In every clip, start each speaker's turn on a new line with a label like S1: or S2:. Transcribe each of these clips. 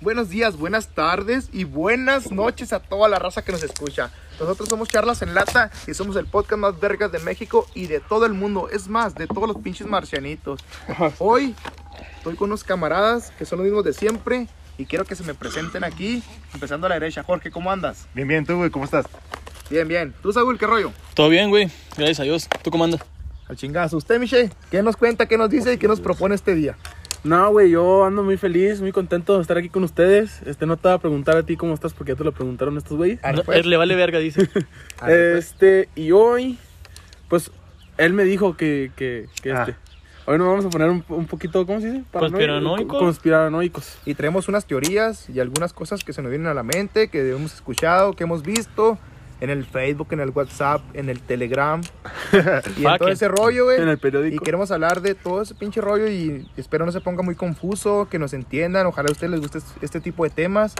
S1: Buenos días, buenas tardes y buenas noches a toda la raza que nos escucha. Nosotros somos Charlas en Lata y somos el podcast más vergas de México y de todo el mundo. Es más, de todos los pinches marcianitos. Hoy estoy con unos camaradas que son los mismos de siempre y quiero que se me presenten aquí, empezando a la derecha. Jorge, ¿cómo andas?
S2: Bien, bien, tú, güey, ¿cómo estás?
S1: Bien, bien. ¿Tú, Saúl, qué rollo?
S3: Todo bien, güey. Gracias a Dios. ¿Tú cómo andas?
S1: Al chingazo. ¿Usted, Miche? ¿Qué nos cuenta, qué nos dice y qué nos propone este día?
S4: No, güey, yo ando muy feliz, muy contento de estar aquí con ustedes. Este, no te va a preguntar a ti cómo estás porque ya te lo preguntaron estos güeyes.
S1: Arre,
S3: No,
S1: pues.
S3: él le vale verga, dice.
S1: Arre, pues.
S4: Este, y hoy, pues, él me dijo que, que, que
S2: Ah.
S4: este. Hoy nos vamos a poner un, un poquito, ¿cómo se dice? Paranoico-
S3: Conspiranoicos.
S4: Conspiranoicos.
S1: Y traemos unas teorías y algunas cosas que se nos vienen a la mente, que hemos escuchado, que hemos visto en el Facebook, en el WhatsApp, en el Telegram y en todo
S3: Fucking.
S1: ese rollo, güey.
S4: En el periódico.
S1: Y queremos hablar de todo ese pinche rollo y espero no se ponga muy confuso, que nos entiendan. Ojalá a ustedes les guste este tipo de temas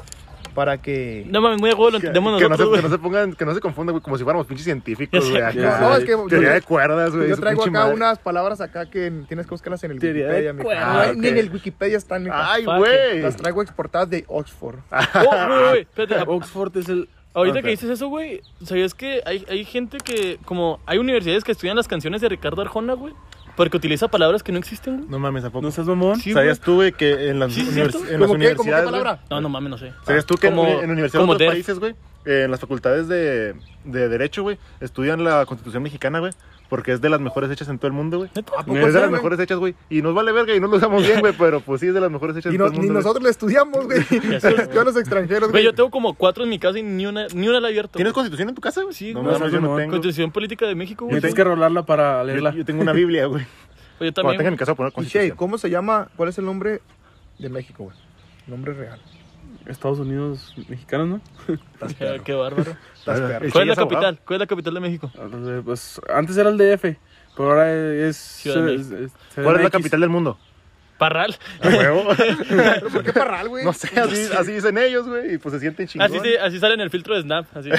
S1: para que...
S3: No mames, muy a huevo lo
S2: Que,
S3: entendemos
S2: que no se,
S3: nosotros,
S2: que
S3: güey.
S2: no se pongan, que no se confundan, güey, como si fuéramos pinches científicos,
S3: Ya
S2: güey. acá,
S3: sé.
S4: Ya sé.
S2: güey.
S1: No, es que yo-
S2: Teoría de cuerdas, güey.
S1: Yo
S2: su
S1: traigo
S2: pinche
S1: acá
S2: madre.
S1: unas palabras acá que tienes que buscarlas en el
S4: Teoría de
S1: Wikipedia. mi
S4: cuerdas.
S1: carnal.
S2: Ah,
S1: Ni en
S2: ok.
S1: el Wikipedia están, mi carnal.
S2: Ay,
S3: Fuck.
S2: güey.
S1: Las traigo exportadas de Oxford.
S3: Oh, güey, güey, espérate. a-
S4: Oxford es el. Ah,
S3: Ahorita
S2: Ok.
S3: que dices eso, güey, ¿sabías que hay, hay gente que, como, hay universidades que estudian las canciones de Ricardo Arjona, güey? Porque utiliza palabras que no existen, güey.
S2: No mames, tampoco.
S4: ¿No seas mamón?
S3: Sí,
S2: ¿Sabías tú, güey, que en las,
S3: Sí, sí,
S2: univers-
S3: cierto.
S2: en las
S1: ¿Cómo qué? ¿Cómo qué
S2: universidades. güey,
S1: palabra?
S3: No, no mames, no sé.
S2: ¿Sabías tú que en-
S3: Como-
S2: en, universidades de
S3: como
S2: otros
S3: Derf.
S2: países, güey? eh, en las facultades de, de Derecho, güey, estudian la Constitución Mexicana, güey. Porque es de las mejores hechas en todo el mundo, güey.
S3: ¿Neta?
S1: ¿A poco
S2: Es
S1: sí,
S2: de las
S1: güey?
S2: mejores hechas, güey. Y nos vale verga y no lo usamos bien, güey, pero pues sí es de las mejores hechas
S1: Y
S2: en
S1: no-
S2: todo el
S1: ni
S2: mundo. güey.
S1: nosotros le estudiamos, güey.
S3: sé, güey.
S1: Yo a los extranjeros,
S3: Güey,
S1: güey.
S3: yo tengo como cuatro en mi casa y ni una, ni una la he abierto.
S2: ¿Tienes
S3: güey.
S2: constitución en tu casa, güey?
S3: Sí,
S2: no,
S3: güey.
S2: mames, yo no
S4: Mamón.
S2: tengo.
S3: Constitución Política de México,
S2: Yo
S3: güey.
S4: Tienes
S2: tengo-
S4: que rolarla para leerla.
S2: Yo, yo tengo una Biblia, güey.
S3: Oye, yo
S2: Cuando
S3: también.
S2: tenga en mi casa voy a poner
S1: Y, Shay,
S2: constitución.
S1: ¿cómo se llama? ¿Cuál es el nombre de México, güey? Nombre real.
S4: Estados Unidos mexicanos, ¿no?
S3: Eh, Qué bárbaro.
S1: Estás
S2: A ver,
S1: perro.
S2: el
S3: ¿Cuál es
S2: Che
S3: la
S2: es abogado.
S3: capital? ¿Cuál es la capital de México?
S4: Entonces, Pues antes era el DF, pero ahora es.
S3: Ciudad de
S4: es- es-
S2: ¿Cuál es la
S4: CDMX.
S2: capital del mundo?
S3: Parral.
S1: ¿Pero ¿Por qué parral, güey?
S2: no sé, así, así dicen ellos, güey, y pues se sienten chingados.
S3: Así, se- Ah, así sale en el filtro de Snap. Así.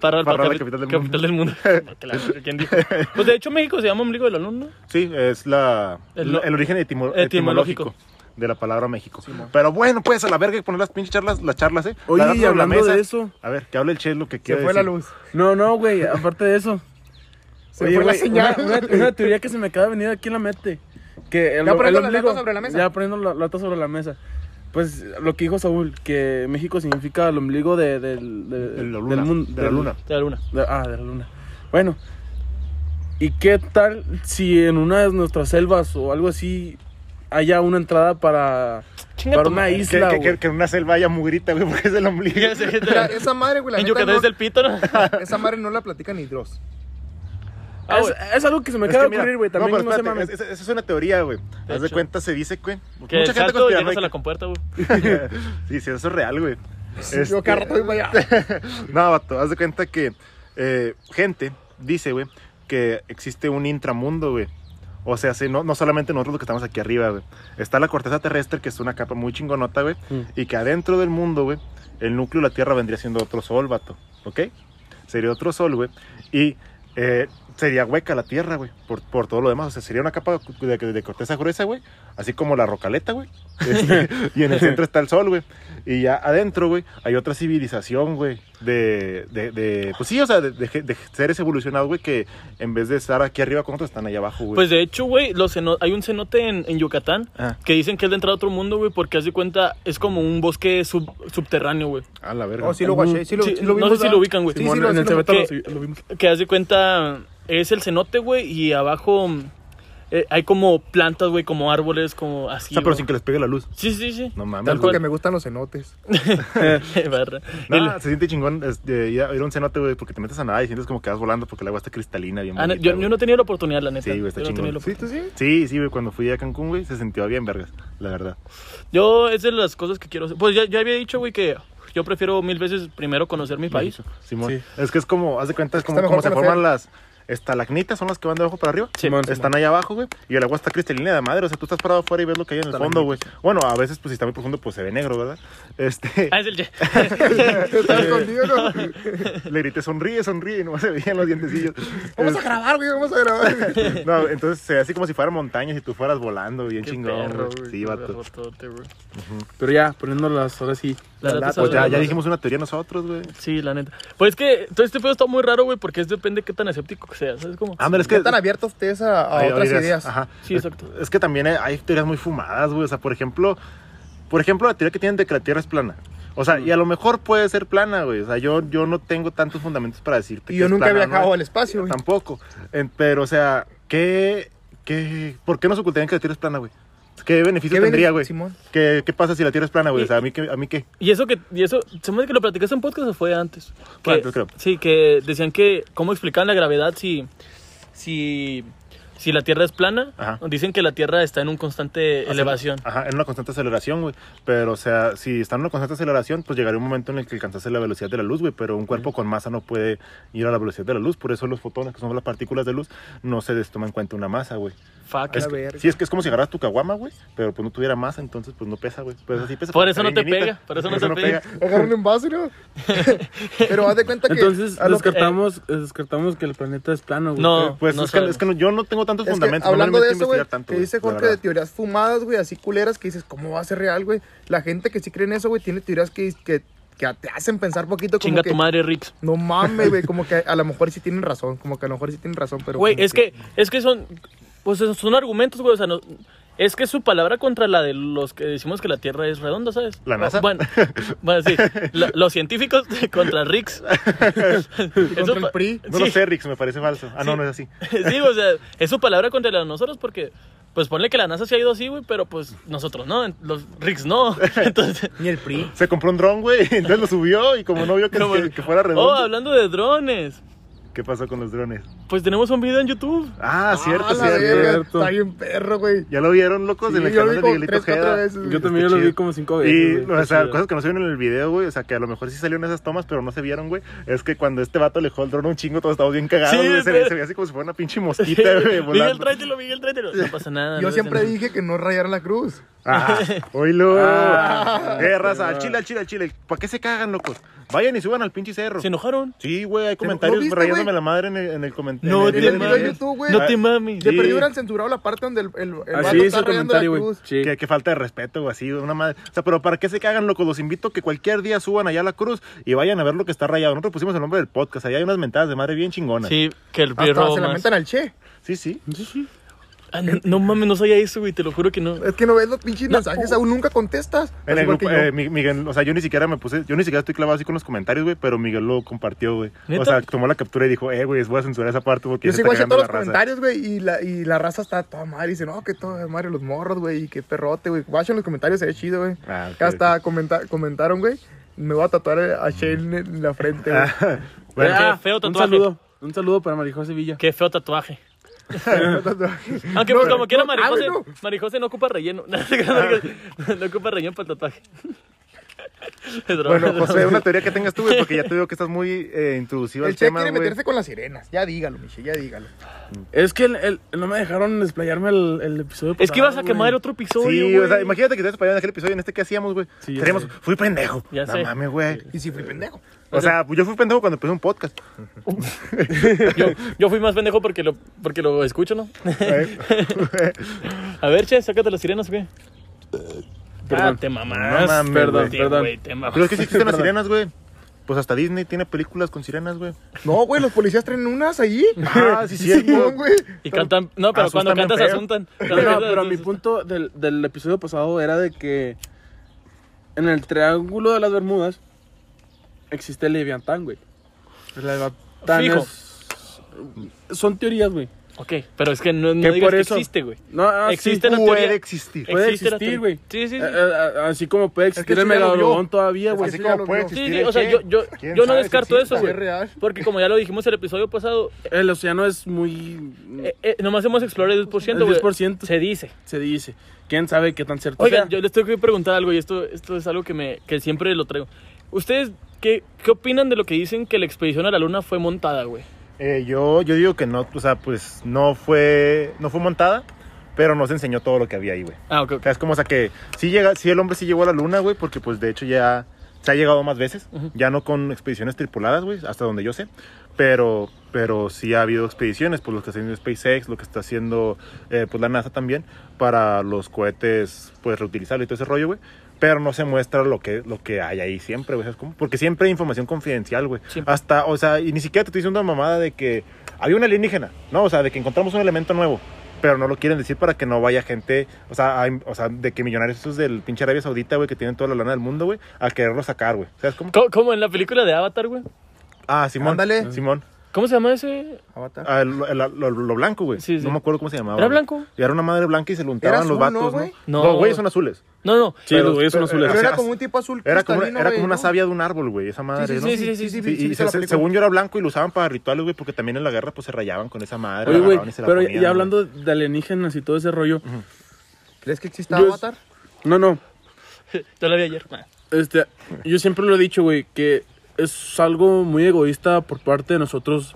S3: Parral,
S2: Parral, la
S3: capi-
S2: capital del
S3: mundo. Claro, ¿Quién dijo? Pues de hecho, México se llama ombligo del alumno.
S2: Sí, es la,
S3: El
S2: el,
S3: lo-
S2: origen etimo-
S3: etimológico.
S2: etimológico de la palabra México. Pero bueno, pues a la verga hay que poner las pinches charlas, las charlas, ¿eh?
S4: Oye,
S2: Las
S4: y
S2: sobre la
S4: hablando
S2: mesa.
S4: de eso.
S2: A ver, que hable el Che lo que
S1: Se
S2: quiera
S1: fue la
S2: decir.
S1: luz.
S4: No, no, güey, aparte de eso.
S1: Se fue la
S4: güey,
S1: señal.
S4: Una, una- una teoría que se me acaba de venir aquí en la mente. Que el,
S1: Ya poniendo
S4: el
S1: la
S4: ombligo-
S1: lata sobre la mesa.
S4: Ya poniendo la lata sobre la mesa. Pues lo que dijo Saúl, que México significa el ombligo de- del- de-
S2: De la luna.
S4: del mun-
S2: de la
S4: del-
S2: luna.
S3: De la luna.
S4: de- ah, de la luna. Bueno, ¿y qué tal si en una de nuestras selvas o algo así haya una entrada para,
S3: Chinga
S4: para
S3: tu
S4: una
S3: madre.
S2: Que,
S4: isla?
S2: que- que-
S4: güey?
S2: que en una selva haya mugrita, güey, porque es el ombligo.
S3: Ya sé, gente.
S1: Mira, esa madre, güey, la
S3: En
S1: neta
S3: Yucatán
S1: no-
S3: es del pito, ¿no?
S1: esa madre no la platica ni Dross.
S3: Ah,
S4: es,
S3: güey.
S4: es algo que se me acaba de ocurrir, güey. También no,
S2: pero
S4: se
S2: espérate,
S4: mames.
S2: es- es- Esa es una teoría, güey. Haz de
S3: hecho.
S2: cuenta, se dice, güey.
S3: Que
S2: Mucha
S3: el
S2: gente
S3: salto llegas a la
S2: conspiranoica.
S3: compuerta, güey.
S2: Sí, sí, eso es real, güey.
S1: Yo
S2: Este-
S1: carro estoy para allá.
S2: No, vato, haz de cuenta que eh, gente dice, güey, que existe un intramundo, güey. O sea, sí, no, no solamente nosotros los que estamos aquí arriba, güey. Está la corteza terrestre, que es una capa muy chingonota, güey.
S4: Mm.
S2: Y que adentro del mundo, güey, el núcleo de la Tierra vendría siendo otro sol, vato. ¿Ok? Sería otro sol, güey. Y eh, sería hueca la Tierra, güey. Por, por todo lo demás. O sea, sería una capa de, de corteza gruesa, güey. Así como la rocaleta, güey. Este, y en el centro está el sol, güey. Y ya adentro, güey, hay otra civilización, güey, de, de, de- pues sí, o sea, de, de- de seres evolucionados, güey, que en vez de estar aquí arriba con nosotros, están allá abajo, güey.
S3: Pues de hecho, güey, los ceno- hay un cenote en, en Yucatán
S2: Ah,
S3: que dicen que es de entrada a otro mundo, güey, porque haz de cuenta es como un bosque sub- subterráneo, güey.
S2: a la verga.
S1: No, Oh, sí lo guaché, sí lo,
S3: oh, Sí,
S1: sí lo
S3: no
S1: vimos.
S3: sé si
S1: ¿verdad?
S3: lo ubican, güey.
S1: Sí,
S4: Simón,
S1: sí, lo,
S4: en
S1: sí
S4: el
S1: lo-
S4: cebetero
S3: que-
S4: lo vi- lo vimos.
S3: Que haz de cuenta es el cenote, güey, y abajo mm, eh, hay como plantas, güey, como árboles, como
S2: o
S3: así.
S2: sea, pero
S3: güey.
S2: sin que les pegue la luz.
S3: Sí, sí, sí.
S2: No mames.
S3: Tal
S1: Tanto que
S2: güey.
S1: me gustan los cenotes.
S3: Barra. El-
S2: Nah, se siente chingón este, ir a ir a un cenote, güey, porque te metes a nada y sientes como que vas volando porque el agua está cristalina, bien
S3: Ah, no,
S2: bonita,
S3: yo,
S2: güey.
S3: yo no he tenido la oportunidad, la neta.
S2: Sí, güey, está
S3: yo, no he tenido
S2: chingón.
S3: la
S1: ¿Sí, tú sí?
S2: Sí, sí, güey, cuando fui a Cancún, güey, se sintió bien vergas, la verdad.
S3: opor- Yo es de las cosas que quiero hacer. Pues ya, ya había dicho, güey, que yo prefiero mil veces primero conocer mi país.
S2: Simón.
S4: Sí.
S2: Es que es como, haz de cuenta, es como
S1: Está mejor
S2: como se
S1: conocer.
S2: forman las estalagnitas son las que van de abajo para arriba.
S3: Sí.
S4: Simón.
S2: Están ahí abajo, güey. Y el agua está cristalina de madre. O sea, tú estás parado afuera y ves lo que hay en el fondo, güey. Bueno, a veces, pues si está muy profundo, pues se ve negro, ¿verdad? Este,
S3: Ah, es el...
S1: Está escondido, ¿no?
S2: le grité, sonríe, sonríe. Y nomás se veían los dientecillos.
S1: Vamos a grabar, güey, vamos a grabar.
S2: No, entonces se ve así como si fueran montañas y tú fueras volando, bien
S3: Qué
S2: chingón.
S3: perro,
S2: güey.
S3: güey,
S2: sí,
S3: qué
S2: vato.
S3: barrotote, güey.
S4: Pero ya, poniéndolas ahora sí.
S3: La
S1: La
S3: neta
S1: lata,
S3: sabe
S2: Pues ya,
S3: la
S2: ya
S3: lata.
S2: dijimos una teoría nosotros, güey.
S3: Sí, la neta. Pues es que todo este pedo está muy raro, güey, porque es depende de qué tan escéptico que seas, ¿sabes cómo?
S2: Ah, pero es
S1: ¿Qué
S2: que.
S1: tan abiertos ustedes a, a
S2: Hay
S1: otras
S2: teorías,
S1: ideas?
S2: Ajá.
S3: Sí, exacto.
S2: Es, es que también hay- hay teorías muy fumadas, güey. O sea, por ejemplo, por ejemplo, la teoría que tienen de que la Tierra es plana. O sea, y a lo mejor puede ser plana, güey. O sea, yo, yo no tengo tantos fundamentos para decirte.
S1: Y
S2: que
S1: yo
S2: es
S1: nunca he
S2: plana,
S1: viajado
S2: ¿no?
S1: al espacio, güey.
S2: Tampoco. En- pero, o sea, ¿qué, qué, ¿por qué nos ocultarían que la Tierra es plana, güey? ¿Qué beneficio
S1: viene,
S2: tendría, güey?
S1: Simón?
S2: ¿Qué, ¿Qué pasa si la Tierra es plana, güey? O sea, ¿a mí qué? A mí qué?
S3: Y eso que, y eso, se me hace que lo platicaste en podcast o fue antes. Que-
S2: Antes, creo.
S3: Sí, que decían que cómo explicaban la gravedad si, si, si la Tierra es plana.
S2: Ajá.
S3: Dicen que la Tierra está en un constante elevación.
S2: Ajá, en una constante aceleración, güey. Pero, o sea, si está en una constante aceleración, pues llegaría un momento en el que alcanzase la velocidad de la luz, güey. Pero un cuerpo con masa no puede ir a la velocidad de la luz. Por eso los fotones, que son las partículas de luz, no se les toma en cuenta una masa, güey.
S3: Fuck.
S1: Es-
S2: que-
S1: verga.
S2: sí, es que es como si agarras tu caguama, güey. Pero pues no tuviera masa, entonces pues no pesa, güey. Pues así pesa.
S3: Por
S2: porque
S3: eso
S2: está
S3: no
S2: bien
S3: te
S2: llenita.
S3: pega, por eso no te pega.
S1: Agarran un vaso, ¿no? Pero haz de cuenta que.
S4: Entonces,
S1: a lo-
S4: descartamos, descartamos que el planeta es plano, güey.
S3: No.
S2: Pues es, que,
S3: sabemos.
S2: es que no- yo no tengo tantos
S1: es que
S2: fundamentos.
S1: hablando
S2: no
S1: de
S2: me metí a
S1: eso, güey,
S2: investigar tanto,
S1: que dice
S2: güey, la
S1: Jorge de
S2: verdad.
S1: teorías fumadas, güey, así culeras que dices, ¿cómo va a ser real, güey? La gente que sí cree en eso, güey, tiene teorías que, que, que te hacen pensar poquito como
S3: Chinga
S1: que,
S3: tu madre, Rips.
S1: No mames, güey, como que a lo mejor sí tienen razón, como que a lo mejor sí tienen razón, pero...
S3: Güey,
S1: como
S3: es que, es que son, pues son- son argumentos, güey, o sea, no- es que es su palabra contra la de los que decimos que la Tierra es redonda, ¿sabes?
S2: La NASA.
S3: Bueno, bueno, sí, la- los científicos contra Rix. Es su
S1: el
S3: pa-
S1: PRI.
S2: No lo
S3: sí,
S2: sé, Rix, me parece falso. Ah, no,
S3: Sí.
S2: no es así.
S3: sí, o sea, es su palabra contra la de nosotros porque, pues ponle que la NASA se ha ido así, güey, pero pues nosotros no, en- los Rix no, entonces...
S1: Ni el PRI.
S2: Se compró un dron, güey, y entonces lo subió y como no vio que,
S3: No,
S2: que-
S3: güey.
S2: que fuera redondo.
S3: Oh, hablando de drones,
S2: ¿Qué pasó con los drones?
S3: pues tenemos un video en YouTube.
S2: Ah,
S1: Ah,
S2: cierto,
S1: la
S2: cierto.
S1: verga,
S4: cierto.
S1: Está bien perro, güey.
S2: Ya lo vieron, locos,
S1: Sí,
S2: en el
S1: yo
S2: canal
S1: vi
S2: de
S1: como
S2: Miguelito
S1: tres, cuatro
S2: Ojeda.
S1: veces, güey.
S4: Yo también
S2: Está
S4: lo vi
S2: chido.
S4: como cinco veces.
S2: Y,
S4: güey.
S2: o sea,
S4: Está
S2: cosas que no se vieron en el video, güey. O sea, que a lo mejor sí salieron esas tomas, pero no se vieron, güey. Es que cuando este vato le dejó el dron un chingo, todos estábamos bien cagados,
S3: Sí,
S2: güey. Se,
S3: pero-
S2: ve- se veía así como si fuera una pinche mosquita, güey,
S3: Miguel,
S2: volando.
S3: tráetelo, Miguel, tráetelo. No pasa nada.
S1: Yo
S3: no
S1: siempre
S3: pasa nada.
S1: dije que no rayar la cruz.
S2: Ah, oílo.
S4: Ah.
S2: eh, raza, al chile, al chile, al chile. ¿Para qué se cagan, locos? Vayan y suban al pinche cerro.
S3: Se enojaron.
S2: Sí, güey, hay
S1: ¿Lo
S2: comentarios
S1: viste,
S2: rayándome
S1: güey?
S2: la madre en el, en el comentario.
S3: No
S1: En
S3: te
S1: el video de
S3: mames.
S1: YouTube, güey.
S3: No te mames.
S1: De
S2: Sí. Ah,
S1: perdido hubieran censurado la parte donde el, el, el vato
S4: Así
S1: está
S4: hizo el
S1: rayando la
S4: comentario, güey.
S1: cruz.
S4: Sí.
S2: Que, que falta de respeto, güey, así, una madre. O sea, pero para qué se cagan, loco, los invito a que cualquier día suban allá a la cruz y vayan a ver lo que está rayado. Nosotros pusimos el nombre del podcast, allá hay unas mentadas de madre bien chingonas.
S3: Sí, que el
S1: Hasta
S3: perro
S1: se lamentan al che.
S2: sí. sí.
S3: no, Ah, no mames, no sabía eso, güey, te lo juro que no.
S1: Es que no ves los pinches mensajes, aún nunca contestas.
S2: En
S1: Así
S2: el
S1: igual
S2: grupo,
S1: que yo.
S2: eh, Mi- Miguel, o sea, yo ni siquiera me puse, yo ni siquiera estoy clavado así con los comentarios, güey, pero Miguel lo compartió, güey. O
S3: ¿Neta?
S2: sea, tomó la captura y dijo, eh, güey, voy a censurar esa parte porque
S1: Yo
S2: se
S1: sigo
S2: está
S1: haciendo
S2: cagando
S1: los
S2: la raza.
S1: comentarios, güey, y la, y la raza está toda madre. Y dice, no, que toda madre los morros, güey, y qué perrote, güey. Vayan los comentarios, se ve chido, güey.
S2: Ah, ok.
S1: Hasta comenta- comentaron, güey, me voy a tatuar a Shane en la frente, güey.
S2: Bueno,
S3: Ah, feo
S4: un
S3: tatuaje.
S4: saludo. Un saludo para Marijó Sevilla.
S3: Qué feo tatuaje. Aunque
S1: No,
S3: pues, como
S1: no,
S3: quiera
S1: no, ah,
S3: Marijose,
S1: ábrelo.
S3: Marijose no ocupa relleno. no ocupa relleno para el tatuaje. Es broma, es
S2: bueno,
S3: broma.
S2: José, una teoría que tengas tú, güey, porque ya te veo que estás muy eh, introducido
S1: El
S2: al
S1: Che
S2: tema,
S1: quiere
S2: güey.
S1: meterse con las sirenas. Ya dígalo, Miche, ya dígalo.
S4: Es que el, el- no me dejaron desplayarme el, el episodio
S3: es que ibas a
S4: pasado,
S3: quemar
S4: güey.
S3: otro episodio,
S2: Sí,
S3: güey.
S2: o sea, imagínate que te para allá en aquel episodio, en este que hacíamos, güey.
S4: Sí, ya
S2: Seríamos,
S4: sé.
S2: fui pendejo.
S3: Ya
S2: no
S3: sé.
S2: mames, güey.
S1: Y si fui pendejo.
S2: O sea, yo fui pendejo cuando empecé un podcast.
S3: yo, yo fui más pendejo porque lo, porque lo escucho, ¿no? a ver, che, sácate las sirenas, güey. Ah,
S4: Perdón.
S3: te mamás.
S2: No mames,
S4: perdón,
S3: Sí,
S4: perdón.
S3: güey, te mamás.
S2: Pero es que sí existen las
S4: Perdón.
S2: sirenas, güey. Pues hasta Disney tiene películas con sirenas, güey.
S1: No, güey, los policías traen unas allí.
S2: Ah, sí, cierto.
S1: Simón, güey.
S3: Y cantan, no, pero
S2: Asustan
S3: cuando
S2: bien
S3: cantas
S2: feo.
S3: asuntan.
S4: Pero, pero mi punto del, del episodio pasado era de que en el Triángulo de las Bermudas existe el Leviatán, güey. El Leviatán
S3: Fijo.
S4: es- Son teorías, güey.
S3: Ok, pero es que no, no
S4: Que
S3: digas
S4: por
S3: que
S4: eso-
S3: existe, güey.
S4: No, ah, sí,
S3: Existe la
S2: Puede
S3: teoría.
S2: existir.
S4: puede
S3: existe la teoría.
S4: existir, güey.
S3: Sí, sí, sí.
S4: Eh, eh, así como puede existir
S1: eso
S4: el
S1: ya lo
S4: megalodón
S1: vio.
S4: todavía,
S1: Es que
S4: güey.
S1: eso
S2: Así
S1: ya
S2: como
S1: lo
S2: puede
S1: vio.
S3: Sí,
S2: existir.
S3: sí,
S2: el
S3: o sea,
S2: Che.
S3: yo, yo,
S2: ¿Quién
S3: yo no
S2: sabe si
S3: descarto
S2: exista?
S3: eso, güey.
S1: Es real.
S3: Porque como ya lo dijimos el episodio pasado,
S4: El océano es muy...
S3: eh, eh, nomás hemos explorado el 10%,
S4: El
S3: güey.
S4: 10%.
S3: Se dice.
S4: Se dice. ¿Quién sabe qué tan cierto
S3: Oigan,
S4: sea?
S3: yo les tengo que preguntar algo y esto, esto es algo que, me, que siempre lo traigo. ¿Ustedes qué, qué opinan de lo que dicen que la expedición a la luna fue montada, güey?
S2: Eh, yo, yo digo que no, o sea, pues no fue, no fue montada, pero nos enseñó todo lo que había ahí, güey.
S3: Ah, ok,
S2: O
S3: ok.
S2: sea, es como, o sea, que sí, llega, sí el hombre sí llegó a la luna, güey, porque pues de hecho ya se ha llegado más veces,
S3: Ujú.
S2: ya no con expediciones tripuladas, güey, hasta donde yo sé, pero, pero sí ha habido expediciones, pues lo que está haciendo SpaceX, lo que está haciendo eh, pues la NASA también, para los cohetes, pues reutilizables y todo ese rollo, güey. Pero no se muestra lo que, lo que hay ahí siempre, güey. ¿sabes cómo? Porque siempre hay información confidencial, güey.
S3: Siempre.
S2: Hasta, o sea, y ni siquiera te estoy diciendo una mamada de que había un alienígena, ¿no? O sea, de que encontramos un elemento nuevo pero no lo quieren decir para que no vaya gente, o sea, hay- o sea de que millonarios esos del pinche Arabia Saudita, güey, que tienen toda la lana del mundo, güey, a quererlo sacar, güey. ¿Sabes cómo?
S3: Co- Como en la película de Avatar, güey.
S2: Ah, Simón.
S1: Ándale.
S2: Simón.
S3: ¿Cómo se llama ese?
S1: Avatar.
S2: Ah, el- el- lo, lo blanco, güey.
S3: Sí, sí.
S2: No me acuerdo cómo se
S4: Ah,
S2: llamaba.
S3: ¿Era
S2: güey.
S3: blanco?
S2: Y era una madre blanca y se lo untaban
S1: Era
S2: los
S1: azul, ¿no,
S2: vatos, ¿no?
S1: güey?
S3: No.
S2: No, güey, son azules.
S3: No, no.
S4: Sí,
S2: Pero-
S4: los güeyes son
S2: pero-
S4: azules.
S2: o
S1: Pero
S2: sea,
S1: era como un tipo azul.
S2: Era como,
S1: cristalino,
S2: era
S1: güey,
S2: como una
S1: ¿no?
S2: savia de un árbol, güey, esa madre,
S3: Sí,
S2: ¿no?
S3: sí, sí, sí, sí.
S1: vi-
S2: y
S1: vi la
S2: se-
S1: película.
S2: según yo era blanco y lo usaban para rituales, güey, porque también en la guerra pues se rayaban con esa madre.
S4: Oye,
S2: la
S4: güey,
S2: agarraban y se la
S4: pero
S2: ponían,
S4: ya hablando de alienígenas y todo ese rollo.
S1: ¿Crees que exista
S4: Yo-
S1: Avatar?
S4: No, no.
S3: Yo la vi ayer.
S4: Este, yo siempre lo he dicho, güey, que es algo muy egoísta por parte de nosotros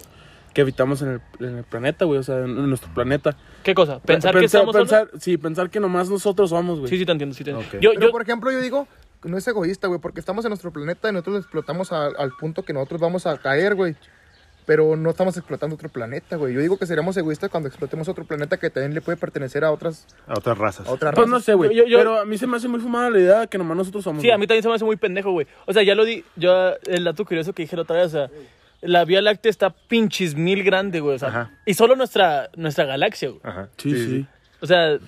S4: que habitamos en el, en el planeta, güey, o sea, en, en nuestro planeta.
S3: ¿Qué cosa? Pensar, que
S4: Pensar-
S3: estamos
S4: pensar- Sí, pensar que nomás nosotros somos, güey.
S3: Sí, sí, te entiendo, sí te entiendo.
S2: Ok.
S3: Yo,
S1: Pero,
S3: yo,
S1: por ejemplo, yo digo, que no es egoísta, güey, porque estamos en nuestro planeta y nosotros explotamos a- al punto que nosotros vamos a caer, güey. Pero no estamos explotando otro planeta, güey. Yo digo que seríamos egoístas cuando explotemos otro planeta que también le puede pertenecer a otras,
S2: A otras razas.
S1: a otras
S4: Pues
S1: razas.
S4: no sé, güey.
S3: Yo- yo- yo-
S4: Pero a mí se me hace muy fumada la idea de que nomás nosotros somos.
S3: Sí, a
S4: güey.
S3: mí también se me hace muy pendejo, güey. O sea, ya lo di, yo el dato curioso que dije la otra vez, o sea, la Vía Láctea está pinches mil grande, güey. O sea,
S2: Ajá.
S3: y solo nuestra, nuestra galaxia, güey.
S2: Ajá.
S4: Sí, sí.
S3: O sea,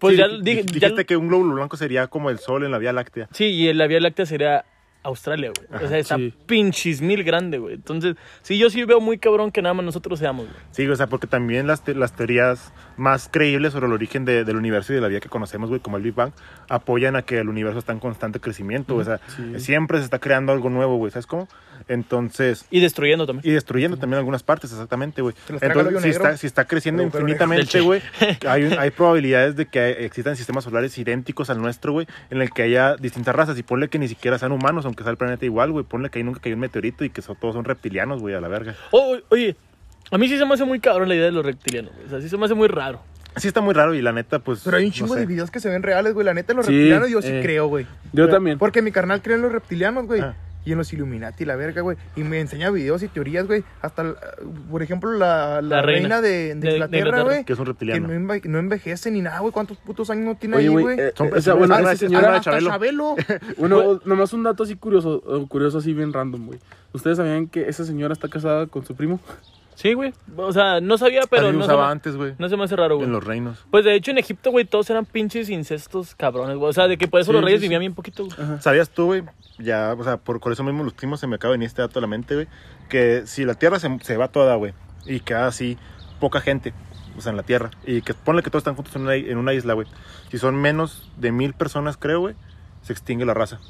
S3: pues
S2: Sí,
S3: ya
S2: di-
S3: dije.
S2: di-
S3: ya-
S2: dijiste que un glóbulo blanco sería como el sol en la Vía Láctea.
S3: Sí, y la Vía Láctea sería Australia, güey. O sea, está
S4: sí.
S3: pinches mil grande, güey. Entonces, sí, yo sí veo muy cabrón que nada más nosotros seamos, güey.
S2: Sí, o sea, porque también las, te- las teorías más creíbles sobre el origen de- del universo y de la vida que conocemos, güey, como el Big Bang, apoyan a que el universo está en constante crecimiento, güey. o sea,
S4: Sí.
S2: siempre se está creando algo nuevo, güey, ¿sabes cómo? Entonces,
S3: Y destruyendo también.
S2: y destruyendo también algunas partes, exactamente, güey.
S1: Se los traga el
S2: Entonces,
S1: hoyo
S2: si
S1: negro.
S2: está, si está creciendo
S1: El agujero
S2: infinitamente, güey, hay, un- hay probabilidades de que existan sistemas solares idénticos al nuestro, güey, en el que haya distintas razas. Y ponle que ni siquiera sean humanos, aunque sea el planeta igual, güey. Ponle que ahí nunca cayó un meteorito y que so- todos son reptilianos, güey, a la verga.
S3: Oh, oye, a mí sí se me hace muy cabrón la idea de los reptilianos, güey. O sea, sí se me hace muy raro.
S2: Sí está muy raro y la neta, pues...
S1: Pero hay un
S2: no
S1: chingo
S2: sé.
S1: de videos que se ven reales, güey. La neta, los
S4: Sí,
S1: reptilianos yo sí
S4: eh.
S1: creo, güey.
S4: Yo también.
S1: Porque mi carnal cree en los reptilianos, güey.
S2: Ah.
S1: Y en los Illuminati, la verga, güey. Y me enseña videos y teorías, güey. Hasta, eh, por ejemplo, la, la
S3: La reina.
S1: reina, de, de
S3: De- de
S1: Inglaterra,
S3: Inglaterra.
S1: güey.
S2: Que es un
S1: Que
S2: reptiliano.
S1: no, enve- no envejece ni nada, güey. ¿Cuántos putos años no tiene
S4: Oye,
S1: ahí,
S4: güey,
S1: güey?
S4: eh,
S2: Son-
S4: o sea,
S2: son-
S4: bueno,
S2: ah,
S4: esa
S2: es-
S4: señora-
S2: ah,
S1: hasta
S2: Chabelo.
S1: Chabelo.
S4: Bueno, nomás un dato así curioso, eh, curioso así bien random, güey. ¿Ustedes sabían que esa señora está casada con su primo?
S3: Sí, güey. O sea, no sabía, pero
S2: También
S3: no se,
S2: usaba
S3: me,
S2: antes, güey.
S3: no se me hace raro, güey.
S2: En los reinos.
S3: Pues de hecho en Egipto, güey, todos eran pinches incestos cabrones, güey. O sea, de que por eso
S4: Sí,
S3: los reyes
S4: sí, Ah, sí.
S3: vivían bien poquito, güey.
S2: ¿Sabías tú, güey? Ya, o sea, por, por eso mismo los primos se me acaba de venir este dato a la mente, güey. Que si la Tierra se, se va toda, güey, y queda así poca gente, o sea, en la Tierra, y que ponle que todos están juntos en una, en una isla, güey. Si son menos de mil personas, creo, güey, se extingue la raza.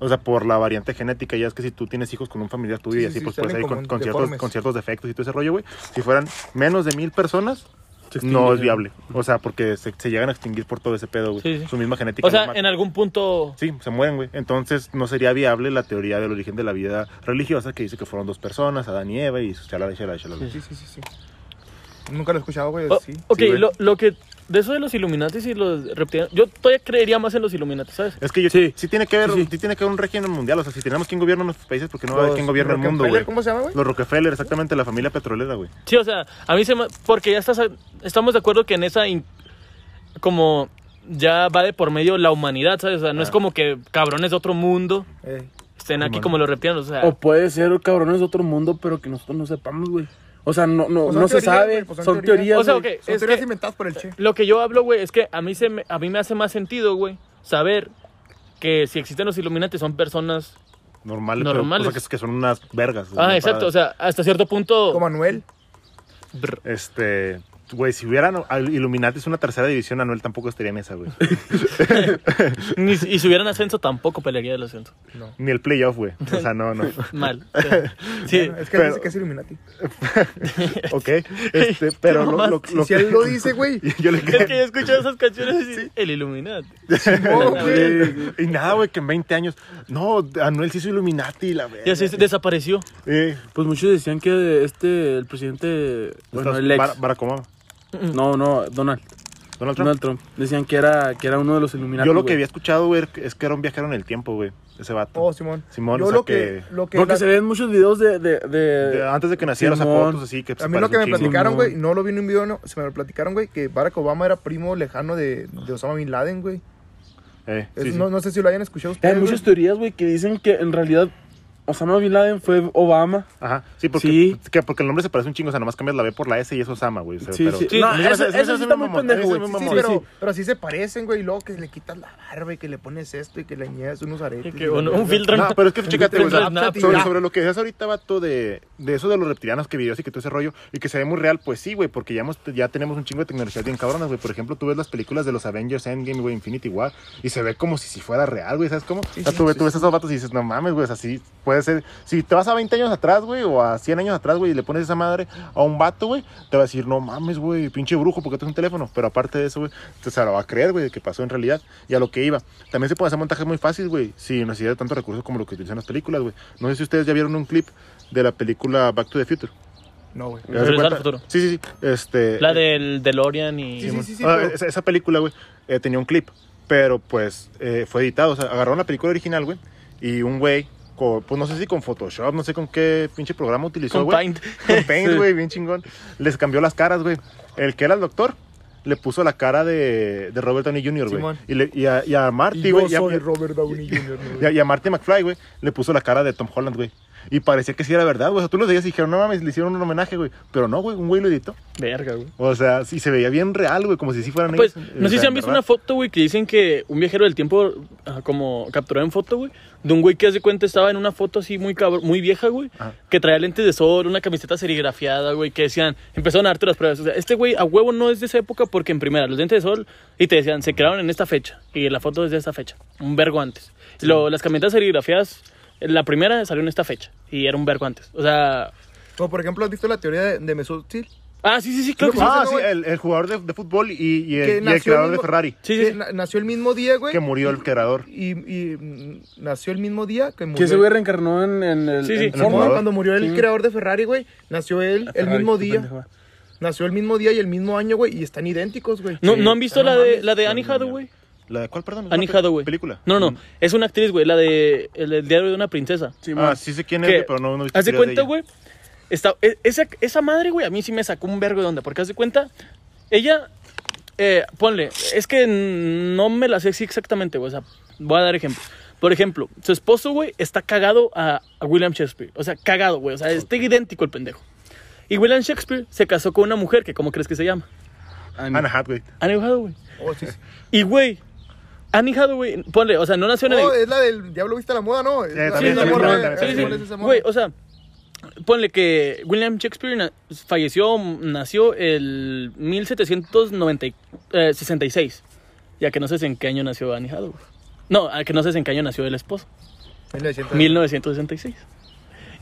S2: O sea, por la variante genética, ya es que si tú tienes hijos con un familiar tuyo y
S1: Sí,
S2: así,
S1: sí,
S2: pues
S1: sí,
S2: puedes
S1: salen
S2: ahí con,
S1: como
S2: con ciertos,
S1: deformes.
S2: con ciertos defectos y todo ese rollo, güey. Si fueran menos de mil personas,
S4: Se extingue,
S2: no es
S4: güey.
S2: viable. O sea, porque se, se llegan a extinguir por todo ese pedo, güey.
S3: Sí, sí.
S2: Su misma genética.
S3: O
S2: los
S3: sea,
S2: mata.
S3: en algún punto...
S2: Sí, se mueren, güey. Entonces no sería viable la teoría del origen de la vida religiosa que dice que fueron dos personas, Adán y Eva, y shalala, shalala, shalala.
S1: Sí, sí, sí, sí. Nunca lo he escuchado, güey.
S3: O-
S1: Sí.
S3: ok,
S2: sí, güey.
S3: lo, lo que... De eso de los Illuminatis y los reptilianos... Yo todavía creería más en los Illuminatis, ¿sabes?
S2: Es que yo, sí.
S4: Sí.
S2: tiene que ver,
S4: Sí,
S2: sí,
S4: sí.
S2: tiene que ver un régimen mundial. O sea, si tenemos quién gobierna nuestros países, porque no va a haber
S1: Los
S2: quién gobierna el mundo,
S1: Rockefeller,
S2: güey.
S1: ¿Cómo se llama, güey?
S2: Los Rockefeller, exactamente, la familia petrolera, güey.
S3: Sí, o sea, a mí se me... Porque ya estás... Estamos de acuerdo que en esa... in- Como... Ya va de por medio la humanidad, ¿sabes? O sea, no es como que cabrones de otro mundo
S1: Eh,
S3: estén aquí
S2: Simón.
S3: como los reptilianos, o sea...
S4: O puede ser cabrones de otro mundo, pero que nosotros no sepamos, güey. O sea, no, no,
S1: Pues son
S4: no se
S1: teorías,
S4: sabe.
S1: güey, pues
S4: son,
S1: son
S4: teorías.
S1: teorías.
S3: O sea,
S4: güey.
S3: ok,
S1: son
S3: es
S1: teorías
S3: que-
S1: inventadas por el Che.
S3: Lo que yo hablo, güey, es que a mí, se me, a mí me hace más sentido, güey, saber que si existen los Illuminati son personas... Ah,
S2: Normales, pero,
S3: Normales.
S2: o sea, que, que son unas vergas.
S3: Ah, exacto, o sea, hasta cierto punto...
S1: Como Manuel.
S3: Brr.
S2: Este. Güey, si hubieran al- Illuminatis una tercera división, Anuel tampoco estaría en esa, güey.
S3: Ni si- y si hubieran ascenso, tampoco pelearía del ascenso.
S1: No.
S2: Ni el playoff, güey. O sea, no, no.
S3: Mal. sí. Sí.
S1: Es que
S2: Pero-
S1: él dice que es Illuminati.
S2: Ok. Este, pero lo, lo- lo-
S1: Si él lo dice, güey.
S2: yo le
S3: Es que yo he escuchado esas canciones y el Illuminati.
S2: Eh,
S1: no, güey.
S2: Y nada, güey, que en 20 años. No, Anuel se hizo Illuminati, la verga.
S3: Y así se desapareció.
S2: Eh,
S4: Pues muchos decían que este, el presidente, bueno,
S2: estás-
S4: el ex,
S2: Bar- Barack Obama.
S4: no, no, Donald,
S2: Donald Trump.
S4: Donald Trump, decían que era, que era uno de los iluminados.
S2: Yo lo que había escuchado, güey, es que era un viajero en el tiempo, güey. Ese vato.
S1: Oh, Simón.
S2: Simón,
S1: Yo
S2: o sea
S1: lo que.
S2: que-
S1: Lo que
S4: Porque
S1: la-
S4: se ven muchos videos de, de, de-
S2: De- antes de que naciera, los
S4: Simón.
S2: fotos así. Que se
S1: A mí lo que me
S2: parece un chingo.
S1: platicaron, güey,
S4: Simón.
S1: no lo vi en un video, no, se me lo platicaron, güey, que Barack Obama era primo lejano de, de Osama Bin Laden, güey.
S2: Eh,
S1: Es-
S2: sí, sí.
S1: No, no sé si lo hayan escuchado
S4: Hay
S1: ustedes.
S4: muchas
S1: güey.
S4: teorías, güey, que dicen que en realidad Osama Bin Laden fue Obama.
S2: Ajá, sí porque,
S4: Sí.
S2: que porque el nombre se parece un chingo, o sea, nomás cambias la B por la S y eso es Osama, güey. o sea,
S4: Sí,
S2: pero-
S4: sí.
S3: Sí,
S4: no,
S2: a mí se me
S4: eso,
S2: hace-
S4: eso
S2: ese
S4: sí
S2: es
S4: está
S2: un
S4: muy
S2: mamón,
S4: pendejo,
S2: ese es
S4: güey.
S2: un
S1: Sí,
S2: mamón.
S1: sí, pero,
S4: sí.
S1: pero sí se parecen, güey, y luego que le quitas la barba y que le pones esto y que le añadas unos aretes.
S3: Que
S1: y la
S3: un, un
S1: verga.
S3: filtro.
S2: No, pero es que chécate, güey, o sea,
S3: Snapchat y
S2: sobre,
S3: ya.
S2: sobre lo que decías ahorita, vato, de, de eso de los reptilianos que videos y que todo ese rollo, y que se ve muy real, pues sí, güey, porque ya, hemos, ya tenemos un chingo de tecnologías bien cabronas, güey. Por ejemplo, tú ves las películas de los Avengers Endgame, güey, Infinity War, y se ve como si, si fuera real, güey, ¿sabes cómo? o sea, tú, ve- tú ves esos vatos y dices, no mames, güey, o sea, sí, puede ser. Si te vas a 20 años atrás, güey, o a 100 años atrás, güey, y le pones esa madre a un vato, güey, te va a decir, no mames, güey, pinche brujo, porque es un teléfono. Pero aparte de eso, güey, te- se lo va a creer, güey, de que pasó en realidad y a lo que iba. También se puede hacer montajes muy fácil, güey, sin necesidad de tantos recursos como lo que utilizan las películas, güey. No sé si ustedes ya vieron un clip de la película Back to the Future.
S1: No, güey.
S2: ¿Te das
S3: Regresar
S2: cuenta?
S3: al futuro.
S2: Sí, sí, sí. Este,
S3: La del DeLorean y.
S1: Sí, sí, sí, sí,
S2: Ah,
S1: pero-
S2: esa, esa película, güey, eh, tenía un clip, pero pues eh, fue editado. O sea, agarraron la película original, güey, y un güey, co- pues no sé si con Photoshop, no sé con qué pinche programa utilizó,
S3: Con
S2: güey.
S3: Paint.
S2: Con Paint, güey, bien chingón. Les cambió las caras, güey. El que era el doctor le puso la cara de, de Robert Downey Jr., güey.
S1: Simón.
S2: Y, le- y a, y a Marty,
S1: Y yo
S2: güey. y a-
S1: soy
S2: y a-
S1: Robert Downey Jr., ¿no,
S2: y a,
S1: güey.
S2: y a Marty McFly, güey, le puso la cara de Tom Holland, güey. Y parecía que sí era verdad, güey. O sea, tú los veías y dijeron, no mames, le hicieron un homenaje, güey. Pero no, güey, un güey lo editó.
S3: Verga, güey.
S2: O sea, sí se veía bien real, güey, como si sí fueran
S3: Pues,
S2: ellos. eh,
S3: no sé si han visto una foto, güey, que dicen que un viajero del tiempo, ah, como capturado en foto, güey, de un güey que hace cuenta estaba en una foto así muy cabr- muy vieja, güey,
S2: Ajá.
S3: que traía lentes de sol, una camiseta serigrafiada, güey, que decían, empezaron a darte las pruebas. O sea, este güey a huevo no es de esa época porque en primera, los lentes de sol, y te decían, se crearon en esta fecha, y la foto es de esta fecha, un vergo antes. Lo- las camisetas serigrafiadas, la primera salió en esta fecha, y era un vergo antes. O sea,
S1: O, por ejemplo, ¿has visto la teoría de, de Mesut Özil?
S3: ah, sí, sí, sí, claro que sí.
S2: Ah,
S1: ¿no,
S2: sí,
S1: güey?
S2: el, el jugador de, de fútbol y, y
S1: Que
S2: el, y el
S1: nació
S2: creador
S1: el
S2: de
S1: mismo-
S2: Ferrari,
S3: Sí, sí,
S1: Que
S3: sí.
S1: na- nació el mismo día, güey.
S2: que murió el creador.
S1: Y, y, mm, nació el mismo día que murió.
S4: Que ese güey reencarnó en, en el...
S3: Sí, sí.
S4: en
S1: Ford,
S2: jugador.
S1: ¿no? cuando murió el
S4: Sí.
S1: creador de Ferrari, güey, nació él el
S4: Ferrari,
S1: mismo
S4: qué
S1: día.
S4: pendejo.
S1: Nació el mismo día y el mismo año, güey, y están idénticos, güey.
S3: ¿No,
S2: Sí,
S3: ¿No han visto
S2: no
S3: la, de,
S2: mames,
S3: la de
S2: no,
S3: Annie
S2: no, no.
S3: Hathaway?
S2: ¿La de cuál, perdón? ¿Es una
S3: Annie
S2: pe-
S3: Hathaway.
S2: ¿Película?
S3: No, no, no. Es una actriz, güey, la de el, el diario de una princesa.
S4: Sí,
S2: Ah,
S4: man.
S2: sí sé quién es,
S3: Que,
S2: güey, pero no, no he visto
S3: haz de
S2: videos
S3: cuenta,
S2: ella.
S3: güey. Esta, e- esa, esa madre, güey, a mí sí me sacó un vergo de onda. Porque haz de cuenta, ella. eh, ponle, es que no me la sé así exactamente, güey. O sea, voy a dar ejemplo. Por ejemplo, su esposo, güey, está cagado a, a William Shakespeare. O sea, cagado, güey. O sea, está idéntico el pendejo. Y William Shakespeare se casó con una mujer que, ¿cómo crees que se llama?
S4: Annie.
S2: Anna Hathaway.
S3: Annie Hathaway.
S1: Oh, sí, sí.
S3: Y, güey, Annie Hathaway, ponle, o sea, no nació en el.
S1: Oh, es la del Diablo Viste a la Moda, ¿no? Es la-
S2: también,
S1: la
S2: también,
S1: morra,
S2: también,
S1: eh,
S2: también,
S1: ¿cuál
S3: sí,
S1: es
S3: sí.
S1: esa morra?
S3: Güey, o sea, ponle que William Shakespeare na- falleció, nació el eh, 1766. Ya que no sé si en qué año nació Annie Hathaway. No, a que no sé si en qué año nació el esposo.
S1: 1900.
S3: 1966.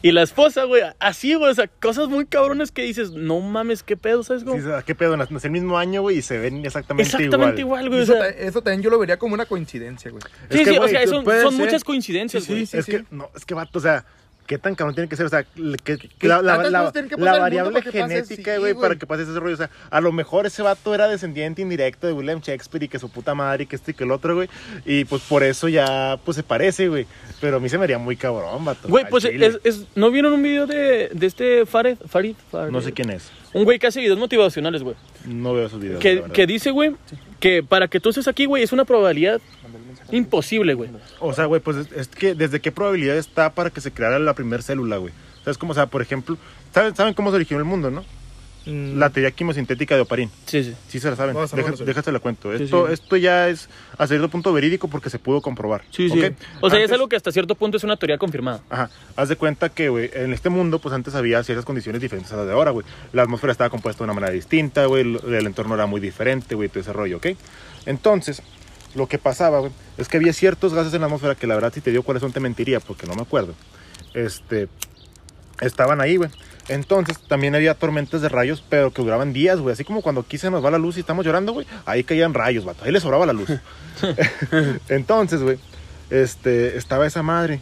S3: Y la esposa, güey, así, güey, o sea, cosas muy cabrones que dices, no mames, qué pedo, ¿sabes? cómo?
S2: Sí, o sea, ¿Qué pedo? Nació el mismo año, güey, y se ven exactamente,
S3: Exactamente
S2: igual.
S3: igual, güey. o
S1: Eso,
S3: sea,
S1: ta- eso también yo lo vería como una coincidencia, güey.
S2: Es
S3: sí,
S2: que,
S3: sí, o
S2: güey,
S3: sea,
S2: tú
S3: son,
S2: puedes
S3: son
S2: ser-
S3: muchas coincidencias, güey.
S1: sí,
S2: es
S1: sí.
S2: que, no, es que vato, o sea, ¿qué tan cabrón tiene que ser? O sea, le- que,
S1: ¿Qué
S2: la, la,
S1: tantas
S2: la-
S1: cosas tienen que
S2: la
S1: pasar al mundo
S2: variable
S1: para que pase?
S2: genética,
S1: Sí,
S2: güey,
S1: güey.
S2: para que pase ese rollo. O sea, a lo mejor ese vato era descendiente indirecto de William Shakespeare y que su puta madre y que este y que el otro, güey. Y pues por eso ya, pues se parece, güey. Pero a mí se me haría muy cabrón, vato.
S3: Güey,
S2: al
S3: pues
S2: chile.
S3: es, es- ¿no vieron un video de, de este Farid, Farid? Farid.
S2: No sé quién es.
S3: Un güey que hace videos motivacionales, güey.
S2: No veo esos videos. la
S3: Que,
S2: verdad.
S3: que dice, güey, que para que tú estés aquí, güey, es una probabilidad imposible, güey.
S2: O sea, güey, pues es, es que desde qué probabilidad está para que se creara la primera célula, güey. ¿Sabes cómo? O sea, por ejemplo, ¿saben, saben cómo se originó el mundo, no?
S1: Mm.
S2: la teoría quimosintética de Oparín.
S3: Sí, sí.
S2: Sí se la saben.
S1: Vamos a
S2: Deja-
S1: verlo, sí.
S2: déjate la cuento.
S3: Sí,
S2: Esto,
S3: sí.
S2: esto ya es a cierto punto verídico porque se pudo comprobar.
S3: Sí, sí.
S2: ¿ok?
S3: O sea, es
S2: Antes-
S3: algo que hasta cierto punto es una teoría confirmada.
S2: Ajá. Haz de cuenta que, güey, en este mundo, pues antes había ciertas condiciones diferentes a las de ahora, güey. La atmósfera estaba compuesta de una manera distinta, güey. El, el entorno era muy diferente, güey, todo ese rollo, ¿ok? Entonces, lo que pasaba, güey, es que había ciertos gases en la atmósfera que la verdad, si te digo cuáles son, te mentiría, porque no me acuerdo. Este. Estaban ahí, güey. Entonces, también había tormentas de rayos, pero que duraban días, güey. Así como cuando aquí se nos va la luz y estamos llorando, güey. Ahí caían rayos, vato. Ahí les sobraba la luz. Entonces, güey, este, estaba esa madre.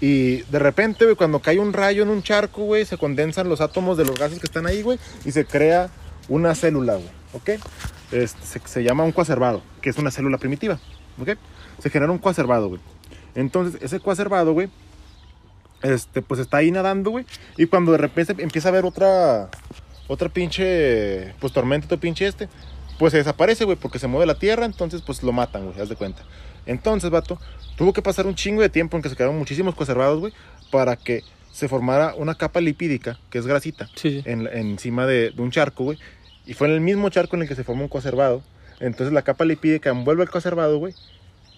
S2: Y de repente, güey, cuando cae un rayo en un charco, güey, se condensan los átomos de los gases que están ahí, güey, y se crea una célula, güey, ¿ok? Este, se, se llama un coacervado, que es una célula primitiva, ¿ok? Se genera un coacervado, güey. Entonces, ese coacervado, güey, este, pues está ahí nadando, güey, y cuando de repente empieza a haber otra, otra pinche, pues tormenta, otro pinche este, pues se desaparece, güey, porque se mueve la tierra, entonces, pues lo matan, güey, haz de cuenta. Entonces, vato, tuvo que pasar un chingo de tiempo en que se quedaron muchísimos conservados, güey, para que se formara una capa lipídica, que es grasita,
S3: Sí, sí.
S2: en, encima de, de un charco, güey. Y fue en el mismo charco en el que se formó un conservado. Entonces la capa lipídica envuelve al conservado, güey.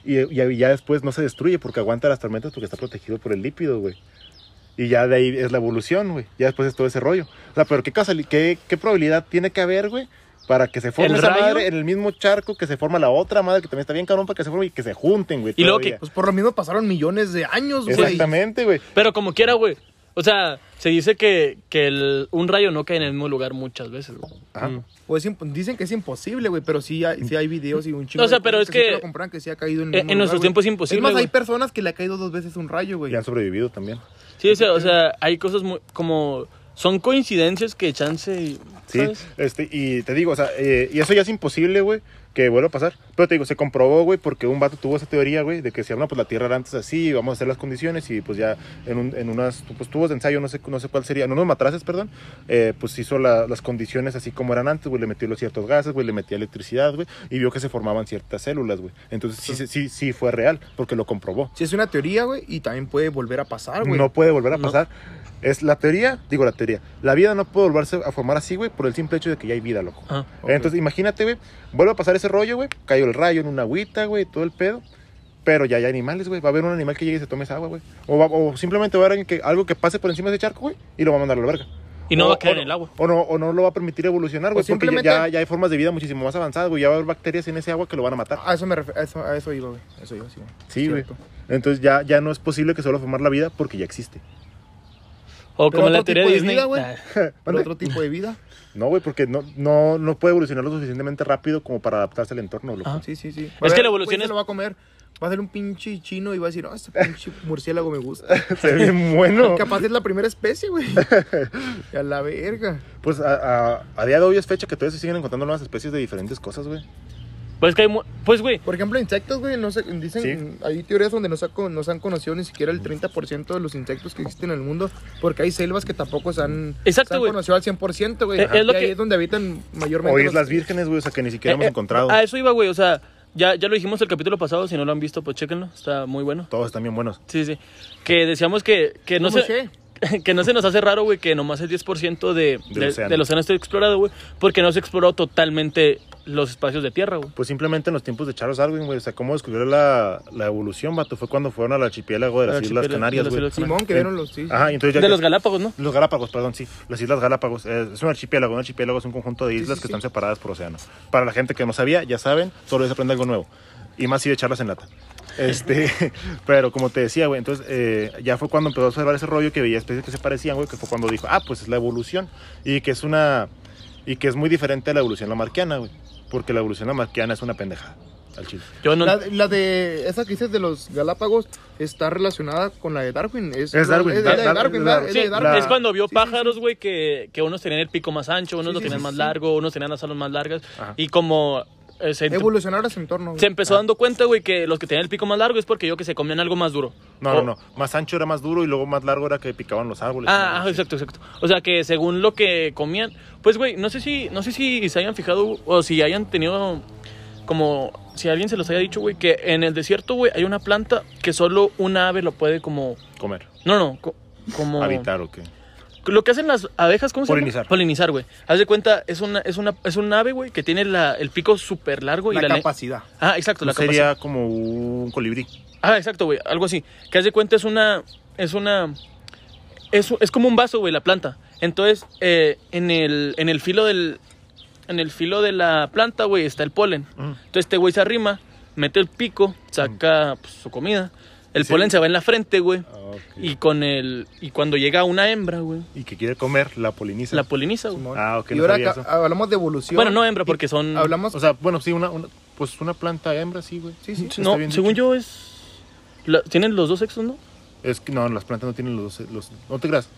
S2: Y, y ya después no se destruye porque aguanta las tormentas porque está protegido por el lípido, güey. Y ya de ahí es la evolución, güey. Ya después es todo ese rollo. O sea, pero ¿qué, causali- qué, qué probabilidad tiene que haber, güey? Para que se forme
S3: ¿El
S2: esa
S3: rayo?
S2: madre en el mismo charco que se forma la otra madre que también está bien cabrón para que se forme y que se junten, güey.
S3: Y luego
S2: todavía.
S1: Pues por lo mismo pasaron millones de años, Pues, güey.
S2: Exactamente, güey.
S3: Pero como quiera, güey. O sea, se dice que, que el- un rayo no cae en el mismo lugar muchas veces, güey.
S2: Ajá.
S1: O es imp- dicen que es imposible, güey, pero sí hay, sí hay videos y un chingo
S3: O sea,
S1: de
S3: pero
S1: cosas
S3: es
S1: sí
S3: que-
S1: te lo comprueban que sí ha caído en, el
S3: en-
S1: mismo
S3: en nuestros
S1: lugar,
S3: tiempos
S1: güey.
S3: es imposible,
S1: Es más,
S3: güey.
S1: hay personas que le ha caído dos veces un rayo, güey.
S2: Y han sobrevivido también.
S3: Sí, o sea, o sea, hay cosas muy, como... Son coincidencias que chance... y-
S2: Sí,
S3: ¿sabes?
S2: este, y te digo, o sea, eh, y eso ya es imposible, güey, que vuelva a pasar. Pero te digo, se comprobó, güey, porque un vato tuvo esa teoría, güey, de que si habla, pues la Tierra era antes así, y vamos a hacer las condiciones, y pues ya en, un- en unas pues, tubos de ensayo, no sé, no sé cuál sería, en unos matraces, perdón, eh, pues hizo la- las condiciones así como eran antes, güey, le metió los ciertos gases, güey, le metía electricidad, güey, y vio que se formaban ciertas células, güey. Entonces sí, sí, sí, sí fue real, porque lo comprobó.
S1: Sí, es una teoría, güey, y también puede volver a pasar, Ah, güey.
S2: No puede volver a
S3: No.
S2: pasar. Es la teoría, digo la teoría. La vida no puede volverse a formar así, güey, por el simple hecho de que ya hay vida, loco.
S3: Ajá.
S1: Ah, Ok.
S2: Entonces, imagínate, güey, vuelve a pasar ese rollo, güey. Cayó el rayo en una agüita, güey, todo el pedo. Pero ya hay animales, güey. Va a haber un animal que llegue y se tome esa agua, güey. O, va- o simplemente va a haber alguien que, algo que pase por encima de ese charco, güey, y lo va a mandar a la verga.
S3: Y no
S2: O-
S3: va a caer
S2: o
S3: en el agua.
S2: O no, o no lo va a permitir evolucionar, güey.
S1: O
S2: Porque ya-
S1: simplemente-
S2: ya, ya hay formas de vida muchísimo más avanzadas, güey. Ya va a haber bacterias en ese agua que lo van a matar.
S1: A eso, me ref- a eso, a eso iba, güey. A Eso iba, sí, güey.
S2: Sí, güey.
S1: Ah, Cierto.
S2: Entonces ya, ya no es posible que solo formar la vida porque ya existe.
S3: O
S1: Pero
S3: como la
S1: otro
S3: teoría de
S1: tipo de
S3: Disney.
S1: vida,
S3: Ah.
S1: güey.
S3: Nah.
S1: Pero
S2: ¿Mande?
S1: otro tipo de vida.
S2: No, güey, porque no, no, no puede evolucionar lo suficientemente rápido como para adaptarse al entorno, loco.
S3: Ajá.
S1: Sí, sí, sí.
S3: que la
S1: güey,
S3: evolución
S1: se
S3: Ah. es-
S1: lo va a comer. Va a ser un pinche chino y va a decir, ah, este pinche murciélago me gusta.
S2: Se ve bien bueno.
S1: Capaz es la primera especie, güey. a la verga.
S2: Pues a, a- a día de hoy es fecha que todavía se siguen encontrando nuevas especies de diferentes cosas, güey.
S3: Pues que hay... mu- Pues, güey.
S1: Por ejemplo, insectos, güey, no sé, dicen,
S2: Sí.
S1: hay teorías donde no se, ha con- no se han conocido ni siquiera el 30% de los insectos que existen en el mundo, porque hay selvas que tampoco se han,
S3: Exacto,
S1: se han
S3: güey.
S1: conocido al 100%, güey.
S3: Eh, es lo
S1: y ahí
S3: que-
S1: es donde habitan mayormente.
S2: O
S1: los-
S2: Islas Vírgenes, güey, o sea que ni siquiera hemos
S3: eh, eh,
S2: encontrado.
S3: A eso iba, güey. O sea, ya, ya lo dijimos el capítulo pasado. Si no lo han visto, pues chéquenlo. Está muy bueno.
S2: Todos están bien buenos.
S3: Sí, sí. Que decíamos que, que, no,
S1: ¿Cómo
S3: se, que no se nos hace raro, güey, que nomás el 10% de,
S2: Del
S3: de-
S2: océano.
S3: del océano esté explorado, güey. Porque no se exploró totalmente los espacios de tierra, güey.
S2: Pues simplemente en los tiempos de Charles Darwin, güey, o sea, cómo descubrió la, la evolución, vato, fue cuando fueron al archipiélago de las
S3: Al
S2: Islas
S3: archipiélago-
S2: Canarias,
S3: de las
S2: güey.
S3: Islas
S1: Simón, que
S2: Eh,
S1: vieron los... Sí,
S2: Ajá, y entonces ya...
S3: De los Galápagos, ¿no?
S2: Los Galápagos, perdón, sí. Las Islas Galápagos. eh, Es un archipiélago. Un archipiélago es un conjunto de
S1: sí,
S2: islas que
S1: sí.
S2: están separadas por océanos. Para la gente que no sabía, ya saben, solo les aprende algo nuevo. Y más si de charlas en lata. Este, pero como te decía, güey, entonces eh, ya fue cuando empezó a observar ese rollo que veía especies que se parecían, güey, que fue cuando dijo, ah, pues es la evolución. Y que es una. Y que es muy diferente a la evolución lamarquiana, güey. Porque la evolución lamarquiana es una pendejada. Al chile.
S3: Yo no.
S1: La, la de esa que dices de los Galápagos está relacionada con la de Darwin. Es,
S2: Es Darwin,
S1: Es, la de
S2: Dar-
S1: Darwin,
S2: Dar-
S1: ¿verdad?
S3: Sí,
S1: es la de
S2: la-
S1: Darwin.
S3: es cuando vio
S1: Sí, sí,
S3: pájaros, güey, que, que unos tenían el pico más ancho, unos
S1: Sí,
S3: lo
S1: sí,
S3: tenían
S1: sí,
S3: más
S1: sí.
S3: largo, unos tenían las alas más largas.
S2: Ajá. Ah.
S3: Y como eh, se,
S1: Evolucionar a su entorno. güey.
S3: se empezó dando cuenta, güey, que los que tenían el pico más largo es porque yo que se comían algo más duro.
S2: No,
S3: O-
S1: Oh.
S2: no, no. Más ancho era más duro y luego más largo era que picaban los árboles.
S3: Ah, ajá, exacto, exacto. O sea que según lo que comían, pues güey, no sé si, no sé si se hayan fijado o si hayan tenido como si alguien se los haya dicho, güey, que en el desierto, güey, hay una planta que solo un ave lo puede como,
S2: Comer.
S1: oh.
S3: no, no, co- como
S2: Habitar o qué.
S3: Lo que hacen las abejas, ¿cómo se
S2: Polinizar.
S3: llama? Polinizar, güey. Haz de cuenta, es una, es una, es un ave, güey, que tiene la- el pico súper largo y
S1: La
S3: la le-
S1: capacidad.
S3: Ah, exacto,
S2: No
S3: la capacidad.
S2: sería como un colibrí.
S3: Ah, exacto, güey. Algo así. Que haz de cuenta es una. Es una. Es, es como un vaso, güey, la planta. Entonces, eh, en, el, en el filo del. En el filo de la planta, güey, está el polen.
S2: Mm.
S3: Entonces, este güey se arrima, mete el pico, saca pues, su comida. El
S2: Sí. Ah,
S3: polen se va en la frente, güey. Y con el. Y cuando llega una hembra, güey,
S2: Y que quiere comer, la poliniza.
S3: la poliniza, güey.
S1: Simón.
S2: Ah, ok,
S1: Y
S2: no
S1: ahora
S2: sabía
S1: acá
S2: eso.
S1: hablamos de evolución.
S3: Bueno, no hembra, porque son.
S1: Hablamos.
S2: O sea, bueno, sí, una, una- pues una planta hembra, sí, güey.
S1: sí, sí.
S2: está
S3: No,
S2: bien
S3: según
S2: dicho.
S3: yo es. la- tienen los dos sexos, ¿no?
S2: Es que no, las plantas no tienen los, los no te creas.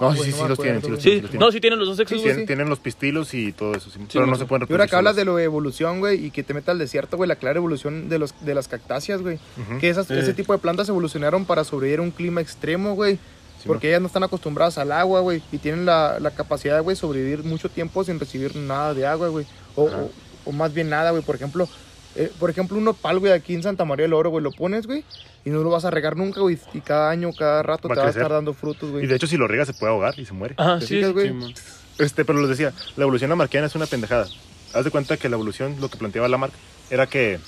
S2: No,
S1: Ah,
S2: sí,
S1: güey,
S2: sí,
S1: no
S2: sí,
S1: me
S2: los tienen, sí,
S1: acuerdo, güey.
S2: los
S3: Sí,
S2: tienen. los tienen.
S3: no, sí tienen los dos sexos,
S1: Sí,
S3: güey.
S2: Tienen,
S1: sí.
S2: tienen los pistilos y todo eso, sí, pero no
S3: no.
S2: se pueden
S1: Y
S2: reproducir.
S1: ahora que hablas
S2: güey.
S1: de lo de evolución, güey, y que te metas al desierto, güey, la clara evolución de, los, de las cactáceas, güey.
S2: Ujú.
S1: Que esas,
S4: Eh.
S1: ese tipo de plantas evolucionaron para sobrevivir a un clima extremo, güey.
S2: Sí,
S1: porque ellas no están acostumbradas al agua, güey. Y tienen la, la capacidad, güey, de sobrevivir mucho tiempo sin recibir nada de agua, güey. O,
S2: Ajá.
S1: o- o más bien nada, güey. Por ejemplo, eh, por ejemplo, un nopal, güey, aquí en Santa María del Oro, güey, lo pones, güey. Y no lo vas a regar nunca, güey. Y cada año, cada rato
S2: Va a
S1: te va a
S2: crecer.
S1: estar dando frutos,
S2: Y
S1: güey.
S2: de hecho si lo riegas se puede ahogar y se muere.
S3: Ajá,
S1: ¿Te
S3: sí,
S1: fijas,
S3: sí.
S1: güey?
S4: Simón.
S2: Este, pero les decía, la evolución lamarquiana es una pendejada. Haz de cuenta que la evolución, lo que planteaba Lamarck, era que,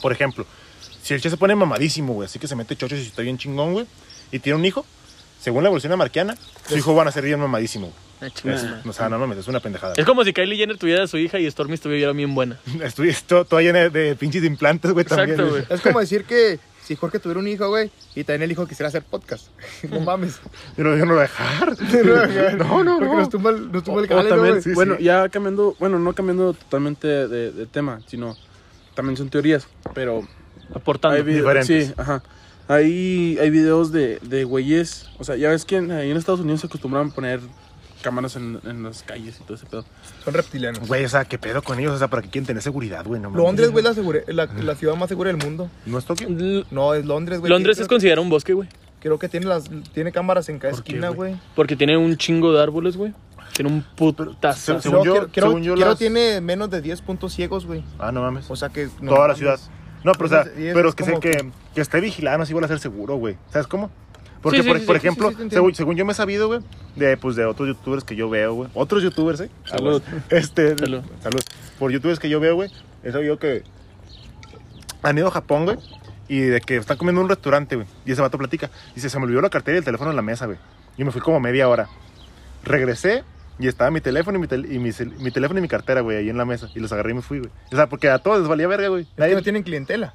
S2: por ejemplo, si el che se pone mamadísimo, güey, así que se mete chochos y está bien chingón, güey, y tiene un hijo, según la evolución lamarquiana, su hijo van a ser bien mamadísimo, güey.
S3: Ah, chinga su madre.
S2: O sea, no mames, es una pendejada.
S3: Es como si Kylie Jenner tuviera a su hija y Stormy estuviera bien buena.
S2: Estoy esto- toda llena de pinches implantes, güey, también.
S3: Exacto, güey.
S1: Es como decir que si Jorge tuviera un hijo, güey, y también el hijo quisiera hacer podcast. no mames.
S2: Pero yo no lo voy a dejar.
S1: no, no,
S2: no.
S1: Nos tumba el, nos tumba el
S4: O
S1: canal, ¿no,
S4: también,
S1: güey?
S2: Sí,
S4: bueno,
S2: sí.
S4: ya cambiando, bueno, no cambiando totalmente de, de tema, sino también son teorías, pero
S3: Aportando.
S4: hay vide-
S2: diferentes.
S4: Sí, ajá. Hay, hay videos de, de güeyes, o sea, ya ves que en, ahí en Estados Unidos se acostumbran a poner cámaras en, en las calles y todo ese pedo.
S1: Son reptilianos.
S2: Güey, o sea, ¿qué pedo con ellos? O sea, ¿para qué quieren tener seguridad, güey? No mames.
S1: Londres, güey, la, segura- la, la ciudad más segura del mundo.
S2: ¿No es Tokio?
S3: L-
S1: No, es Londres, güey.
S3: Londres
S1: Creo-
S3: es considerado un bosque, güey.
S1: Creo que tiene, las, tiene cámaras en cada
S2: ¿Por qué,
S1: esquina,
S2: güey?
S1: güey.
S3: Porque tiene un chingo de árboles, güey. Tiene un putazo.
S2: Según
S1: No,
S2: yo-
S1: quiero- quiero-
S2: según yo
S1: quiero
S2: las-
S1: tiene menos de 10 puntos ciegos, güey.
S2: Ah, no mames.
S1: O sea que... no
S2: toda la
S1: mames.
S2: ciudad. No, pero o sea,
S1: Entonces, y es
S2: pero es que sé
S1: como
S2: que,
S1: que-
S2: que esté vigilada no se igual a ser seguro, güey. ¿Sabes cómo? Porque,
S3: Sí, sí,
S2: por,
S3: sí,
S2: por
S3: sí, sí,
S2: ejemplo,
S1: sí, te entiendo.
S2: según, según yo me he sabido, güey, de, pues, de otros youtubers que yo veo, güey. Otros youtubers, ¿eh? Ah, güey.
S4: Salud.
S2: Este,
S3: Salud.
S2: salud. Por youtubers que yo veo, güey, he sabido que han ido a Japón, güey, y de que están comiendo en un restaurante, güey. Y ese vato platica. Dice, se me olvidó la cartera y el teléfono en la mesa, güey. Yo me fui como media hora. Regresé y estaba mi teléfono y mi, tel- y mi, cel- mi teléfono y mi cartera, güey, ahí en la mesa. Y los agarré y me fui, güey. O sea, porque a todos les valía verga, güey.
S1: Es que
S2: Nadie,
S1: no tienen clientela.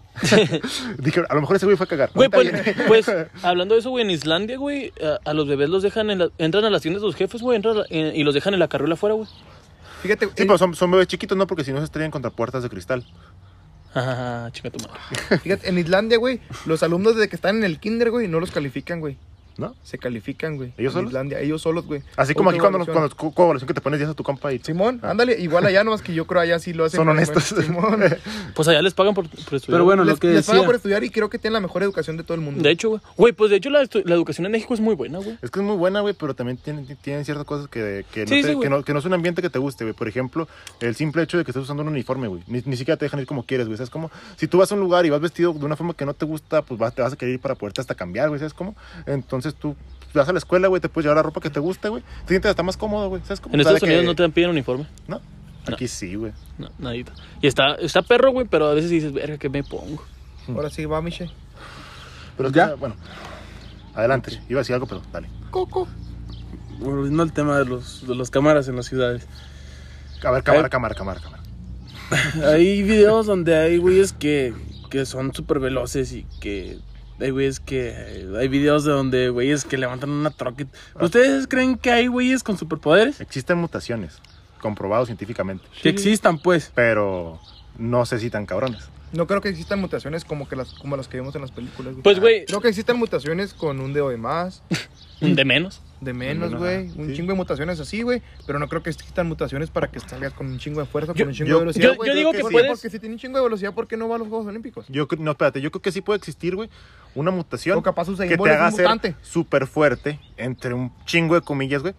S2: Dije, a lo mejor ese güey fue a cagar.
S3: Güey, pues,
S2: Ahorita viene.
S3: pues, hablando de eso, güey, en Islandia, güey, a, a los bebés los dejan en la- entran a las tiendas de sus jefes, güey, entran a la- en- y los dejan en la carriola afuera, güey.
S1: Fíjate,
S2: Sí, pues,
S1: eh,
S2: pero son, son bebés chiquitos, ¿no? Porque si no se estrellan contra puertas de cristal.
S3: Ah, chinga tu madre.
S1: eh, fíjate, en Islandia, güey, los alumnos desde que están en el kinder, güey, no los califican, güey.
S2: ¿No?
S1: Se califican, güey.
S2: ¿Ellos
S1: en
S2: solos?
S1: Islandia, ellos solos, güey.
S2: Así como aquí cuando, los,
S1: Autoevaluación.
S2: cuando co- coevaluación que te pones 10 a tu compa y...
S1: Simón,
S2: Ah.
S1: ándale, igual allá nomás que yo creo allá sí lo hacen.
S2: Son
S1: güey,
S2: honestos.
S1: güey. Simón. Les-
S3: Pues allá les pagan por, por estudiar.
S4: Pero bueno, lo que
S1: les pagan
S4: decía,
S1: por estudiar y creo que tienen la mejor educación de todo el mundo.
S3: De hecho, güey. Güey, pues de hecho la, estu- la educación en México es muy buena, güey.
S2: Es que es muy buena, güey, pero también tienen, tienen ciertas cosas que, que, no
S3: Sí,
S2: te-
S3: sí,
S2: que
S3: güey.
S2: no, que no es un ambiente que te guste, güey. Por ejemplo, el simple hecho de que estés usando un uniforme, güey. Ni, ni siquiera te dejan ir como quieres, güey. ¿Sabes cómo? Si tú vas a un lugar y vas vestido de una forma que no te gusta, pues vas- te vas a querer ir para poderte hasta cambiar, güey. ¿Sabes cómo? Entonces tú vas a la escuela, güey, te puedes llevar la ropa que te guste, güey. Te sientes hasta más cómodo, güey. ¿Sabes cómo?
S3: En
S2: O sea,
S3: Estados
S2: de
S3: Unidos
S2: que-
S3: no te dan piden uniforme.
S2: No, aquí sí, güey.
S3: No, nadita. Y está, está perro, güey, pero a veces dices, verga, ¿qué me pongo?
S1: Ahora sí, va, Miche.
S2: Pero es que,
S4: ¿Ya?
S2: bueno, adelante. Iba a decir algo, pero dale.
S1: Coco.
S4: volviendo al tema de los, de las cámaras en las ciudades.
S2: A ver, cámara,
S4: Eh.
S2: cámara, cámara, cámara.
S4: Hay videos donde hay güeyes que, que son súper veloces y que hay güeyes que. Hay videos de donde güeyes que levantan una troca. y- ¿Ustedes creen que hay güeyes con superpoderes?
S2: Existen mutaciones, comprobado científicamente,
S4: Que existan, pues.
S2: pero no sé si tan cabrones.
S1: No creo que existan mutaciones como, que las, como las que vemos en las películas, güey.
S3: Pues, güey,
S1: Creo que existen mutaciones con un dedo de más,
S2: Mm.
S3: de menos.
S1: de menos,
S2: menos,
S1: güey.
S2: ajá,
S1: Un
S2: sí.
S1: chingo de mutaciones así, güey. Pero no creo que existan mutaciones para que salgas con un chingo de fuerza,
S3: Yo-
S1: con un chingo
S2: yo-
S1: de velocidad.
S3: yo-
S1: güey.
S3: yo digo
S1: Porque-
S3: que puedes-
S1: Porque si tiene un chingo de velocidad, ¿por qué no va a los Juegos Olímpicos?
S2: Yo creo- no, espérate, yo creo que sí puede existir, güey, una mutación
S1: O capaz Usain
S2: que
S1: Bolt
S2: te
S1: es
S2: haga
S1: un
S2: ser
S1: mutante.
S2: súper fuerte, entre un chingo de comillas, güey,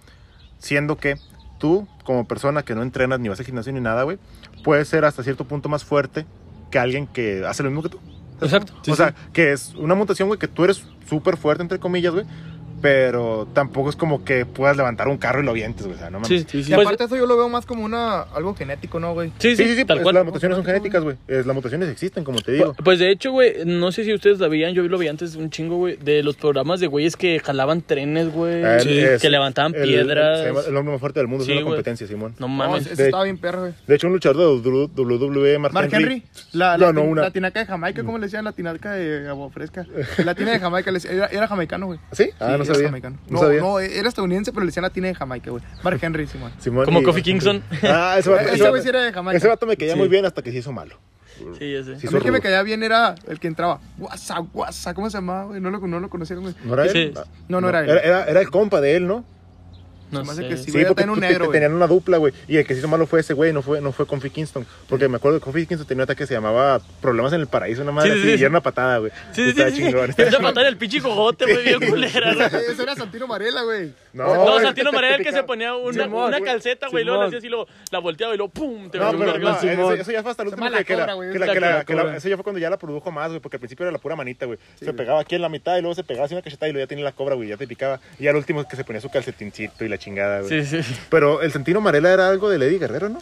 S2: siendo que tú, como persona que no entrenas ni vas al gimnasio ni nada, güey, puedes ser hasta cierto punto más fuerte que alguien que hace lo mismo que tú.
S3: Exacto.
S2: o sea, que es una mutación, güey, que tú eres súper fuerte, entre comillas, güey. pero tampoco es como que puedas levantar un carro y lo vientes, güey. O sea, no mames.
S3: Sí,
S2: Sí,
S3: sí,
S1: Y
S3: pues,
S1: aparte eso yo lo veo más como una algo genético, ¿no, güey?
S3: sí, sí,
S2: sí, sí,
S3: tal
S2: pues,
S3: cual.
S2: las mutaciones son genéticas, güey. Es- Las mutaciones existen, como te digo.
S3: Pu- Pues de hecho, güey, no sé si ustedes la veían, yo lo vi antes un chingo, güey, de los programas de güeyes que jalaban trenes, güey,
S2: Él Ah, es
S3: que levantaban
S2: el-
S3: piedras.
S2: se llama El, hombre más fuerte del mundo,
S3: Sí,
S2: es una
S3: güey.
S2: competencia, Simón.
S3: No
S1: No,
S3: mames.
S1: ese
S2: de-
S1: estaba bien perro, güey.
S2: De hecho, un luchador de WWE, E, Mark,
S1: Mark Henry, la,
S2: No,
S1: la,
S2: no,
S1: tin-
S2: una-
S1: la tinaca de Jamaica, ¿cómo le decían? La tinaca de agua fresca. La tina de Jamaica, le decían- era, era jamaicano, güey.
S2: ¿Sí? Ah, no
S1: era
S2: sabía.
S1: jamaicano.
S2: No
S1: No,
S2: sabía.
S1: no, era estadounidense, pero le decían la tina de Jamaica, güey. Mark Henry, Simón.
S2: Simón
S3: Como
S2: y-
S3: Kofi Kingston.
S2: Ah, ese vato,
S1: Ese
S2: ese vato-
S1: güey sí era de Jamaica.
S2: ese vato me caía muy
S3: Sí.
S2: bien hasta que se hizo malo.
S3: Sí, ya sé.
S2: Sí,
S1: a mí el que me
S2: rudo.
S1: caía bien era el que entraba. Guasa, guasa, ¿cómo se llamaba, güey? No lo, no lo conocía, güey.
S2: ¿No era él?
S3: Sí.
S2: Ah,
S1: No, no era él.
S2: Era, era el compa de él, ¿no?
S3: No
S1: me hace
S3: sé.
S1: que sí.
S2: Sí,
S1: güey,
S2: porque
S1: tenía un
S2: tú-
S1: negro,
S2: te-
S1: güey.
S2: tenían una dupla, güey. Y el que se hizo malo fue ese güey, no fue, no fue Kofi Kingston. Porque me acuerdo que Kofi Kingston tenía un ataque que se llamaba Problemas en el Paraíso, una madre
S3: Sí, sí,
S2: así,
S3: sí.
S2: y era una patada, güey.
S3: Sí, sí,
S2: Estaba
S3: sí.
S2: chingón.
S3: Te vas a matar el pinche cojote, güey, bien culera. güey.
S1: Eso era Santino Varela, güey.
S2: No,
S3: No,
S2: güey.
S3: Santino María el que se ponía una,
S4: Simón,
S3: una
S4: güey.
S3: calceta, güey, y luego la
S4: Simón.
S3: hacía así, luego la volteaba y luego ¡pum! Te
S2: No,
S3: metía un
S2: pero no,
S3: vergazo.
S2: eso,
S4: Simón.
S2: eso ya fue hasta el
S1: Se
S2: último
S1: llama la
S2: que, que la-
S1: cobra, güey,
S2: que la-
S1: esa
S2: que
S4: que
S2: la-
S4: la
S2: que la-
S4: cobra.
S2: Eso ya fue cuando ya la produjo más, güey, porque al principio era la pura manita, güey. se pegaba aquí en la mitad y luego se pegaba así una cachetada y luego ya tenía la cobra, güey, ya te picaba. Y al último es que se ponía su calcetincito y la chingada, güey.
S3: Sí, sí. sí.
S2: Pero el Santino Marela era algo de Lady Guerrero, ¿no?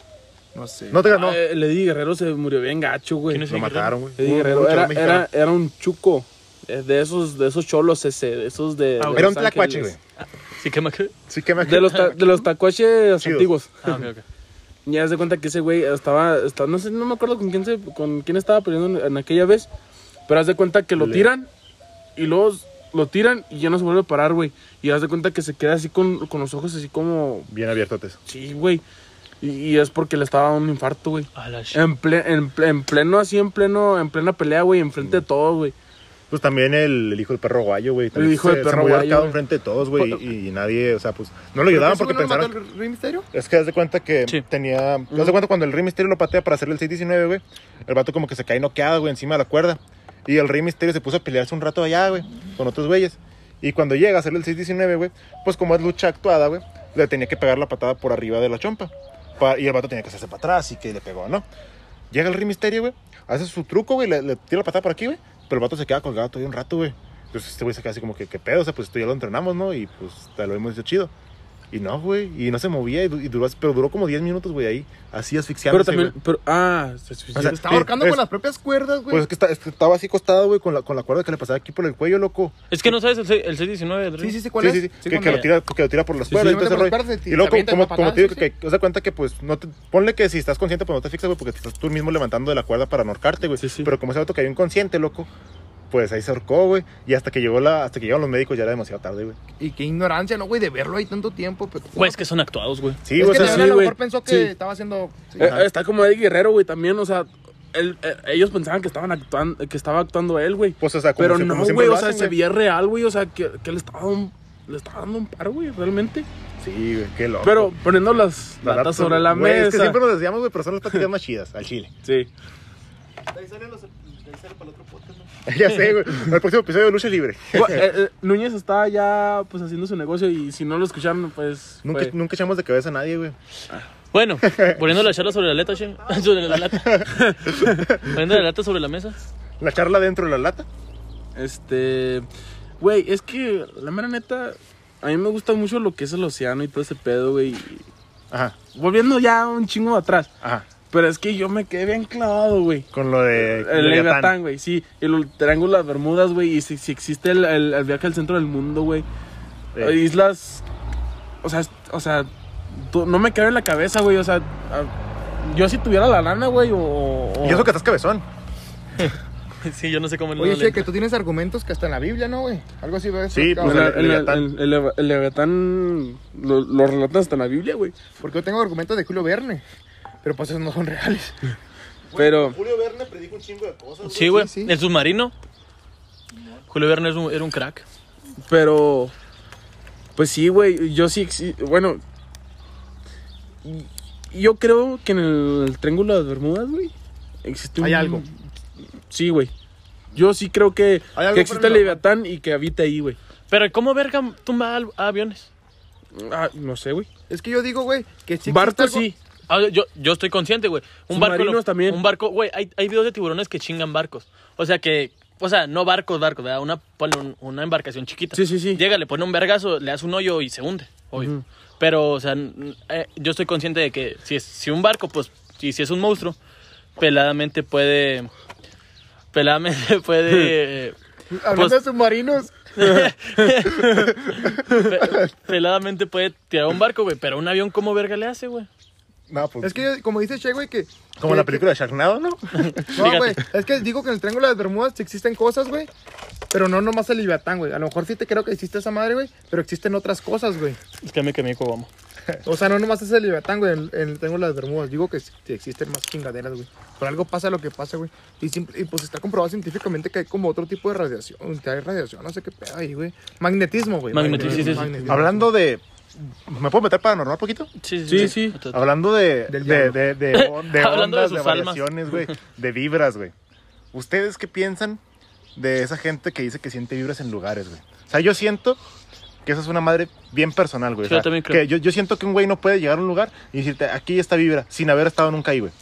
S1: No sé.
S2: No te ganó.
S4: Ah, eh, Lady Guerrero se murió bien gacho, güey.
S3: ¿Quién es
S2: Lo
S3: Lady
S2: mataron, güey.
S4: Lady
S2: Un- un
S4: Guerrero
S2: luchador
S4: era,
S2: mexicano.
S4: era, era un chuco. eh, De esos, de esos cholos ese, de esos de.
S3: Ah,
S4: de
S3: ok.
S2: Era un
S4: Los
S2: tlacuache, güey.
S4: Ángeles.
S3: Sí, que me... Ah,
S2: Sí que me
S4: De los, ta- de los tacuaches
S2: Chidos.
S4: antiguos.
S3: ok, ok.
S4: Ya se cuenta que ese güey estaba, está- no sé, no me acuerdo con quién se, con quién estaba peleando en, en aquella vez, pero haz de cuenta que lo
S2: Le-
S4: tiran y luego lo tiran y ya no se vuelve a parar, güey. Y haz de cuenta que se queda así con, con los ojos así como,
S2: Bien abiertotes.
S4: sí, güey. Y, y es porque le estaba dando un infarto, güey.
S2: Ah,
S3: A la sh-
S4: En, ple- en, ple- en pleno, así en pleno, en plena pelea, güey,
S2: Mm.
S4: enfrente de todos, güey.
S2: Pues también el, el hijo del perro guayo, güey. también
S4: hijo
S2: se-
S4: del
S2: se
S4: perro
S2: murió
S4: guayo,
S2: ahorcado
S4: güey.
S2: enfrente de todos, güey. Y, y nadie, o sea, pues no lo
S1: ¿Pero
S2: ayudaban
S1: ese güey
S2: porque
S1: no lo mató
S2: pensaron.
S1: el Rey Misterio?
S2: Es que haz de cuenta que
S3: Sí.
S2: tenía. Haz de cuenta cuando el Rey Misterio lo patea para hacerle el 619, güey. El vato como que se cae noqueado, güey, encima de la cuerda. Y el Rey Misterio se puso a pelearse un rato allá, güey, con otros güeyes. Y cuando llega a hacerle el 619, güey, pues como es lucha actuada, güey, le tenía que pegar la patada por arriba de la chompa. Pa- y el vato tenía que hacerse para atrás y que le pegó, ¿no? Llega el Rey Misterio, güey, hace su truco, güey, le, le tira la patada por aquí, güey. Pero el vato se queda colgado todavía un rato, güey. Entonces este güey se queda así como que, ¿qué pedo? O sea, pues esto ya lo entrenamos, ¿no? Y pues te lo hemos hecho chido. Y no, güey. Y no se movía. Y, du- y duró, pero duró como 10 minutos, güey, ahí. Así asfixiándose.
S4: Pero también,
S2: güey.
S4: pero, ah, se suicidó.
S2: O sea,
S1: Se estaba ahorcando
S2: es-
S1: con las propias cuerdas, güey.
S2: Pues es que, está- es que estaba así acostado, güey, con la, con la cuerda que le pasaba aquí por el cuello, loco.
S3: Es que no sabes el, C- el 619 del
S1: sí,
S3: Rey.
S1: sí, sí, ¿cuál
S2: sí,
S1: es?
S2: sí, sí, que,
S1: con-
S2: que lo tira, que lo tira por las
S4: Sí,
S2: cuerdas.
S4: sí,
S2: y todo
S1: mete
S2: ese
S1: por las
S2: rollo.
S1: cuerdas y te-
S2: y luego,
S1: te avienta
S2: como,
S1: una
S2: como te digo,
S1: patada,
S2: que, que- o sea, cuenta que pues, no te, ponle que si estás consciente, pues no te fijas, güey, porque te estás tú mismo levantando de la cuerda para ahorcarte, güey.
S4: Sí, sí.
S2: Pero como ese vato cayó inconsciente, loco, pues ahí se ahorcó, güey. Y hasta que llegó la, hasta que llegaron los médicos ya era demasiado tarde, güey.
S1: Y qué ignorancia, ¿no, güey? De verlo ahí tanto tiempo. Pero...
S3: Güey, es que son actuados, güey.
S2: Sí,
S1: es
S2: güey,
S1: que
S2: o sea,
S1: también
S4: sí,
S1: a lo
S4: güey.
S1: mejor pensó que
S4: Sí.
S1: estaba haciendo... sí.
S4: Eh, está como Eddie Guerrero, güey, también, o sea, él- eh, ellos pensaban que estaban actuando, que estaba actuando él, güey.
S2: pues, o sea, como
S4: Pero
S2: se-
S4: no,
S2: como siempre
S4: güey,
S2: lo
S4: o sea,
S2: hacen,
S4: se
S2: güey.
S4: veía real, güey, o sea, que, que le estaba un- le estaba dando un par, güey, realmente.
S2: Sí, güey, qué loco.
S4: Pero poniendo las
S2: La
S4: latas
S2: laptop,
S4: sobre la
S2: güey,
S4: mesa.
S2: Es que siempre nos decíamos, güey, pero son las pláticas más chidas al chile.
S4: Sí.
S1: Ahí salen los- ahí sale para el otro podcast, ¿no?
S2: ya sé, güey. Al próximo episodio de Lucha Libre.
S4: Bueno, eh, eh, Núñez está ya, pues, haciendo su negocio y si no lo escucharon, pues...
S2: Nunca,
S4: fue.
S2: nunca echamos de cabeza a nadie, güey.
S3: Bueno, poniendo la charla sobre la lata, che. Sobre la lata. poniendo la lata sobre la mesa.
S2: La charla dentro de la lata.
S4: Este... Güey, es que, la mera neta, a mí me gusta mucho lo que es el océano y todo ese pedo, güey.
S2: Ajá,
S4: Volviendo ya un chingo atrás.
S2: ajá.
S4: Pero es que yo me quedé bien clavado, güey.
S2: Con lo de.
S4: El
S2: Leviatán.
S4: Leviatán, güey, sí. El Triángulo de las Bermudas, güey. Y si, si existe el, el- el viaje al centro del mundo, güey.
S2: Eh.
S4: Islas. O sea, es- o sea tú- no me cabe en la cabeza, güey. O sea, a- yo si tuviera la lana, güey, o. o-
S2: Y eso que estás cabezón.
S3: Sí, yo no sé cómo no
S1: Oye,
S3: le-
S1: che, que tú tienes argumentos que hasta en la Biblia, ¿no, güey? Algo así, ¿ves?
S2: Sí,
S4: El,
S1: Cabrón.
S2: pues,
S4: el, el-
S2: Leviatán.
S4: el- el Leva- el Leviatán lo, lo relatan hasta en la Biblia, güey.
S2: pues.
S1: Porque yo tengo argumentos de Julio Verne. Pero pues esos no son reales.
S4: Pero.
S2: Julio Verne predijo un chingo de cosas.
S3: Sí, güey.
S1: Sí, sí.
S3: El submarino. Julio Verne era un, era un crack.
S4: Pero. Pues sí, güey. Yo sí. sí, Bueno. y- Yo creo que en el Triángulo de las Bermudas, güey. Existe un.
S1: Hay algo.
S4: Sí, güey. Yo sí creo que,
S1: Hay algo
S4: que existe
S1: por
S4: el
S1: el-
S4: Leviatán y que habita ahí, güey.
S3: Pero ¿cómo verga tumba al- aviones?
S4: Ah, no sé, güey.
S1: Es que yo digo, güey, que sí.
S4: Barcos
S1: existe algo-
S4: sí.
S3: Ah, yo, yo estoy consciente, güey. Un barco.
S4: Submarinos también.
S3: Un barco, güey. Hay, hay videos de tiburones que chingan barcos. O sea que o sea, no barcos, barcos, ¿verdad? Una, ponle un- una embarcación chiquita.
S4: Sí, sí, sí.
S3: Llega, le pone un vergazo, le hace un hoyo y se hunde, obvio. Pero, o sea, n- eh, yo estoy consciente de que si es si un barco, pues, y si es un monstruo, peladamente puede. Peladamente puede. eh,
S1: Hablando
S3: Pues-
S1: de submarinos,
S3: pe- peladamente puede tirar un barco, güey. Pero un avión, ¿cómo verga le hace, güey?
S2: No, pues,
S1: es que como dice Che, güey, que...
S2: como
S1: que-
S2: la película de Sharknado, ¿no?
S1: No,
S3: Fíjate.
S1: güey, es que digo que en el Triángulo de las Bermudas sí existen cosas, güey. Pero no nomás el Leviatán, güey. A lo mejor sí te creo que existe esa madre, güey. Pero existen otras cosas, güey.
S3: Es que me quemé, vamos.
S1: O sea, no nomás es el Leviatán, güey. En, en el Triángulo de las Bermudas. Digo que sí existen más chingaderas, güey. Pero algo pasa lo que pasa, güey. Y, simple- y pues está comprobado científicamente que hay como otro tipo de radiación. Que hay radiación, no sé qué pedo ahí, güey. Magnetismo, güey.
S3: Magnetismo, sí, sí, sí.
S2: Hablando de... ¿Me puedo meter paranormal poquito?
S3: Sí, sí.
S4: Sí, sí.
S2: Hablando de,
S1: Del
S2: de,
S1: diablo.
S2: de, de on- de
S3: Hablando de
S2: ondas, de,
S3: sus almas.
S2: variaciones, güey, de vibras, güey. ¿Ustedes qué piensan de esa gente que dice que siente vibras en lugares, güey? O sea, yo siento que esa es una madre bien personal, güey. O
S3: Sí, yo
S2: sea,
S3: también creo.
S2: que yo, yo siento que un güey no puede llegar a un lugar y decirte, aquí está vibra, sin haber estado nunca ahí, güey.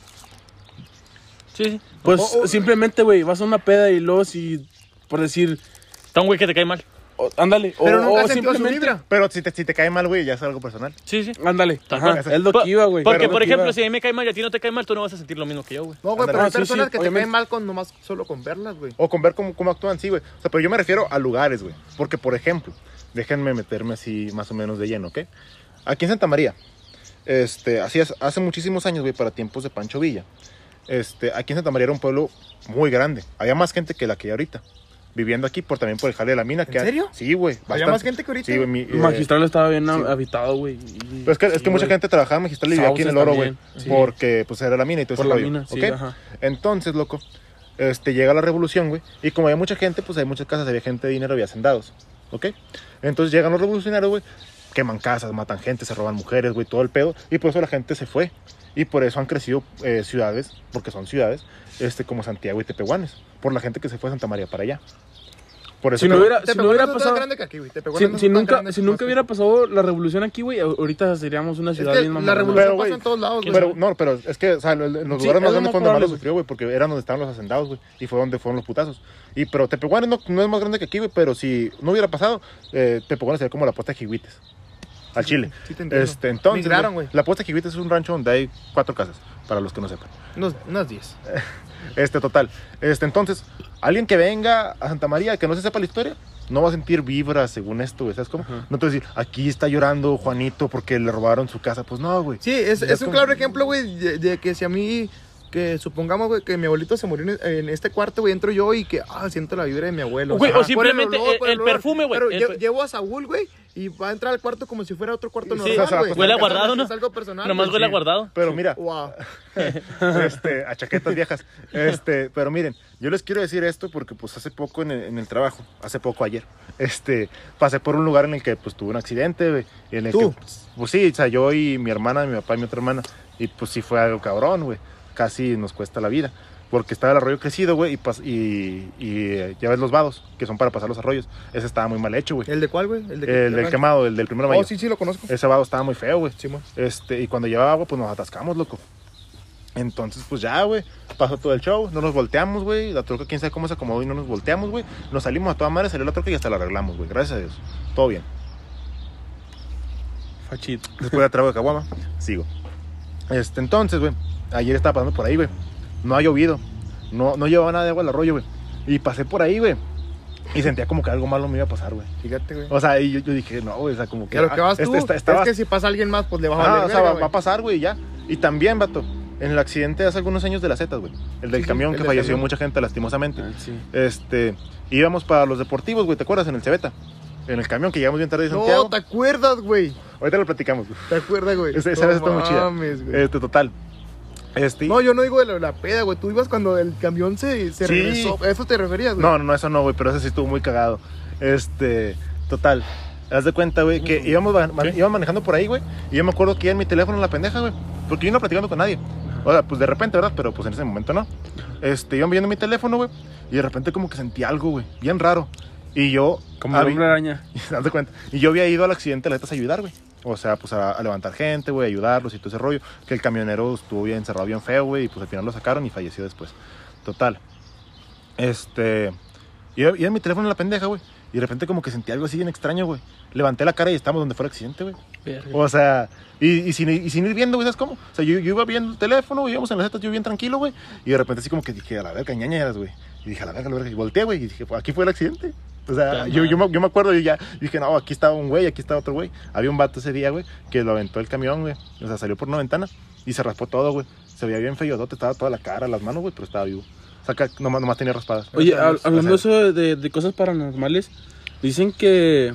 S3: Sí, sí.
S4: Pues
S1: O- o-
S4: simplemente, güey, vas a una peda y luego si, por decir,
S3: Está un güey que te cae mal.
S4: o- ándale, o,
S1: Pero nunca
S4: o
S1: has sentido su
S4: simplemente,
S1: vibra.
S2: Pero si te, si te cae mal, güey, ya es algo personal.
S3: Sí, sí.
S4: ándale,
S3: Tal
S4: ajá,
S2: cual.
S4: es lo
S3: Po-
S4: que iba, güey.
S3: Porque,
S4: es lo
S3: por
S4: que iba.
S3: ejemplo, si a mí me cae mal y a ti no te cae mal, tú no vas a sentir lo mismo que yo, güey.
S1: No, güey,
S2: Ándale.
S1: pero hay
S4: Ah, sí,
S1: personas
S4: sí,
S1: que te
S4: obviamente.
S1: ven mal con nomás solo con verlas, güey.
S2: O con ver cómo, cómo actúan, sí, güey. O sea, pero yo me refiero a lugares, güey. Porque, por ejemplo, déjenme meterme así más o menos de lleno, ¿ok? Aquí en Santa María, este, así es, hace muchísimos años, güey, para tiempos de Pancho Villa. Este, aquí en Santa María era un pueblo muy grande. Había más gente que la que hay ahorita. Viviendo aquí por también por el jale de la mina. que
S1: ¿En serio?
S2: Sí, güey.
S1: Había
S2: bastante.
S1: más gente que ahorita.
S2: Sí, güey. mi- eh,
S4: Magistral estaba bien
S2: sí.
S4: habitado, güey. y-
S2: pero es que, es
S4: sí,
S2: que mucha
S4: güey.
S2: gente trabajaba en Magistral y vivía aquí en el
S4: Sauces
S2: oro, güey.
S4: también, sí.
S2: Porque, pues, era la mina y todo
S4: Por
S2: ese
S4: la
S2: rollo,
S4: mina, sí,
S2: ¿ok?
S4: ajá.
S2: Entonces, loco, este, llega la revolución, güey. Y como había mucha gente, pues hay muchas casas, había gente de dinero, había hacendados, ¿ok? Entonces llegan los revolucionarios, güey, queman casas, matan gente, se roban mujeres, güey, todo el pedo. Y por eso la gente se fue. Y por eso han crecido eh, ciudades, porque son ciudades, este, como Santiago y Tepehuanes. Por la gente que se fue a Santa María para allá. Por eso
S4: Si no
S2: que-
S4: hubiera, si no
S1: Tepehuanes
S4: hubiera
S1: no es tan
S4: pasado...
S1: grande que aquí, güey. Tepehuanes no
S4: Si,
S1: es
S4: si
S1: tan
S4: nunca,
S1: grande
S4: si
S1: que
S4: nunca
S1: aquí.
S4: hubiera pasado la revolución aquí, güey, a- ahorita seríamos una
S1: Es
S4: ciudad
S1: que
S4: bien
S1: la
S4: mamona,
S1: revolución
S2: Pero, güey,
S1: pasa en todos lados, güey.
S2: Pero no, pero es que, o sea, lo- lo- los
S4: Sí,
S2: lugares más
S4: es lo
S2: grandes
S4: más
S2: fue donde más
S4: probable,
S2: lo sufrió, güey, porque eran donde estaban los hacendados, güey, y fue donde fueron los putazos. Y, pero Tepehuanes no, no es más grande que aquí, güey, pero si no hubiera pasado, eh, Tepehuanes sería como la puesta de Jihuites, al Chile.
S1: Sí te entiendo.
S2: Este, entonces,
S1: Migraron,
S2: güey,
S1: güey.
S2: la puesta de Jihuites es un rancho donde hay cuatro casas, para los que no sepan.
S1: Unos unas 10.
S2: Este, total. Este, entonces, alguien que venga a Santa María, que no se sepa la historia, no va a sentir vibras según esto, güey, ¿sabes cómo? No te va a decir, aquí está llorando Juanito porque le robaron su casa, pues no, güey.
S1: Sí, es,
S2: Ya
S1: es un
S2: como-
S1: claro ejemplo, güey, de, de que si a mí, que supongamos, güey, que mi abuelito se murió en, en este cuarto, güey, entro yo y que, ah, siento la vibra de mi abuelo.
S3: Güey,
S1: Ajá.
S3: o
S1: Por
S3: simplemente
S1: olor,
S3: el-
S1: por
S3: el
S1: olor.
S3: perfume, güey,
S1: Pero
S3: el
S1: lle-
S3: per-
S1: llevo a Saúl, güey, y va a entrar al cuarto como si fuera otro cuarto
S2: Sí,
S1: normal,
S2: o sea,
S1: güey.
S2: huele a
S1: Es-
S3: guardado, ¿no?
S1: Es algo personal.
S3: Nomás
S1: güey.
S3: huele a guardado.
S2: Pero mira,
S1: Wow.
S2: este, a chaquetas viejas. Este, pero miren, yo les quiero decir esto porque pues hace poco en el, en el trabajo, hace poco ayer, este, pasé por un lugar en el que pues tuve un accidente, güey, en el
S1: ¿Tú?
S2: que, pues, pues, sí, o sea, yo y mi hermana, mi papá y mi otra hermana, y pues sí fue algo cabrón, güey, casi nos cuesta la vida. Porque estaba el arroyo crecido, güey, y, pas- y, y, eh, ya ves los vados, que son para pasar los arroyos. Ese estaba muy mal hecho, güey.
S1: ¿El de cuál, güey? El de que-
S2: El del quemado, el del primero de
S1: Oh,
S2: mayo.
S1: sí, sí, lo conozco.
S2: Ese vado estaba muy feo, güey.
S1: Simón.
S2: Este, y cuando llevaba agua, pues nos atascamos, loco. Entonces, pues ya, güey, pasó todo el show, no nos volteamos, güey, la troca quién sabe cómo se acomodó y no nos volteamos, güey. Nos salimos a toda madre, salió la troca y hasta la arreglamos, güey, gracias a Dios. Todo bien.
S4: Fachito.
S2: Después de trago de caguama, sigo. Este, entonces, güey, ayer estaba pasando por ahí, güey. No ha llovido, no, no llevaba nada de agua al arroyo, güey. Y pasé por ahí, güey. Y sentía como que algo malo me iba a pasar, güey.
S1: Fíjate, güey.
S2: O sea, y yo, yo dije, no, güey, o sea, como que...
S1: Que a lo que
S2: ah,
S1: vas
S2: este-
S1: tú,
S2: esta- estaba-
S1: es que si pasa alguien más, pues le va a
S2: Ah,
S1: valer
S2: o sea,
S1: verga,
S2: va,
S1: güey.
S2: va a pasar, güey, ya. Y también, vato, en el accidente de hace algunos años de la Z, güey. El del
S1: Sí, sí,
S2: camión
S1: el
S2: que
S1: del
S2: falleció
S1: camión.
S2: mucha gente, lastimosamente.
S4: Ah, sí.
S2: Este, íbamos para los deportivos, güey, ¿te acuerdas? En el Cebeta. En el camión que llegamos bien tarde de Santiago.
S1: No, ¿te acuerdas, güey?
S2: Ahorita lo platicamos.
S1: ¿Te acuerdas, güey?
S2: Esa, esa vez
S1: No
S2: está muy chida.
S1: mames, güey.
S2: Este, total. Este,
S1: No,
S2: no,
S1: yo no digo de la, la peda, güey. Tú ibas cuando el camión se, se
S2: Sí.
S1: regresó. ¿A eso te referías, güey?
S2: no, no, eso no, güey, pero ese sí estuvo muy cagado. Este, total. Haz de cuenta, güey, que íbamos, ba- man- íbamos manejando por ahí, güey. Y yo me acuerdo que iba en mi teléfono en la pendeja, güey. Porque yo no iba platicando con nadie. O sea, pues de repente, ¿verdad? Pero pues en ese momento no. Este, iba viendo mi teléfono, güey. Y de repente como que sentí algo, güey. Bien raro. Y yo...
S4: Como el
S2: habí-
S4: hombre araña.
S2: Haz de cuenta. Y yo había ido al accidente de las Zetas a ayudar, güey. O sea, pues a, a levantar gente, güey, a ayudarlos y todo ese rollo. Que el camionero estuvo bien encerrado, bien feo, güey. Y pues al final lo sacaron y falleció después. Total. Este. Y iba, iba mi teléfono en la pendeja, güey. Y de repente como que sentí algo así bien extraño, güey. Levanté la cara y estábamos donde fue el accidente, güey.
S3: Verga.
S2: O sea, y, y sin, y sin ir viendo, güey, ¿sabes cómo? O sea, yo, yo iba viendo el teléfono, güey, íbamos en las setas, yo bien tranquilo, güey. Y de repente así como que dije, a la verga, ñañeras, güey. Y dije, a la verga, a la verga. Y volteé, güey, y dije, "Pues, aquí fue el accidente. O sea,
S3: Ta
S2: yo, yo, me, yo me acuerdo, yo ya yo dije, no, aquí estaba un güey, aquí estaba otro güey. Había un vato ese día, güey, que lo aventó el camión, güey. O sea, salió por una ventana y se raspó todo, güey. Se veía bien feo, te estaba toda la cara, las manos, güey, pero estaba vivo. O sea, acá nomás, nomás tenía raspadas.
S4: Oye,
S2: O sea,
S4: hab- hablando
S2: o sea,
S4: eso de, de cosas paranormales, dicen que,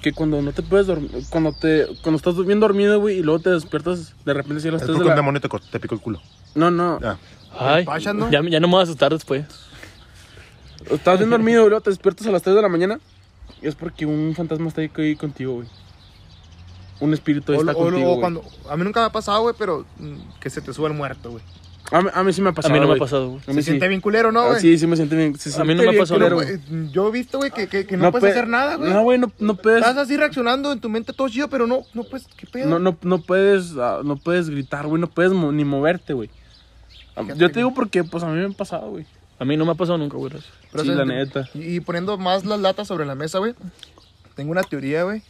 S4: que cuando no te puedes dormir, cuando te cuando estás bien dormido, güey, y luego te despiertas de repente si a las
S2: Es
S4: 3
S2: porque
S4: de
S2: un
S4: la
S2: demonio te, cortó- te picó el culo.
S4: No, no.
S2: Ah.
S3: Ay,
S1: Vaya, ¿no?
S3: ya, me- ya no me voy a asustar después.
S4: Estás bien dormido, güey, luego te despiertas a las 3 de la mañana y es porque un fantasma está ahí, ahí contigo, güey. Un espíritu ahí
S1: O,
S4: está
S1: lo- o lo-
S4: contigo.
S1: o
S4: güey.
S1: cuando, a mí nunca me ha pasado, güey, pero mm, que se te sube el muerto, güey.
S4: A, mí, a mí sí me ha pasado.
S3: a mí no me
S4: güey.
S3: ha pasado, güey.
S4: A
S1: Se
S4: mí sí.
S1: siente bien culero, ¿no,
S4: Ah,
S1: güey?
S4: sí, sí me siente bien.
S3: A mí no me ha pasado,
S1: Pero,
S3: culero,
S1: güey, yo he visto, güey, que, que- que no, puedes
S4: puede-
S1: hacer nada, güey.
S4: No, güey, no, no puedes.
S1: Estás así reaccionando en tu mente todo chido, pero no, no puedes, ¿qué pedo?
S4: No, no, no puedes, ah, no puedes gritar, güey, no puedes mo- ni moverte, güey. Ah, Yo te digo porque, pues, a mí me ha pasado, güey.
S3: A mí no me ha pasado nunca, güey.
S1: Pero,
S4: sí,
S1: o sea,
S4: la neta.
S1: Y, y poniendo más las latas sobre la mesa, güey. Tengo una teoría, güey,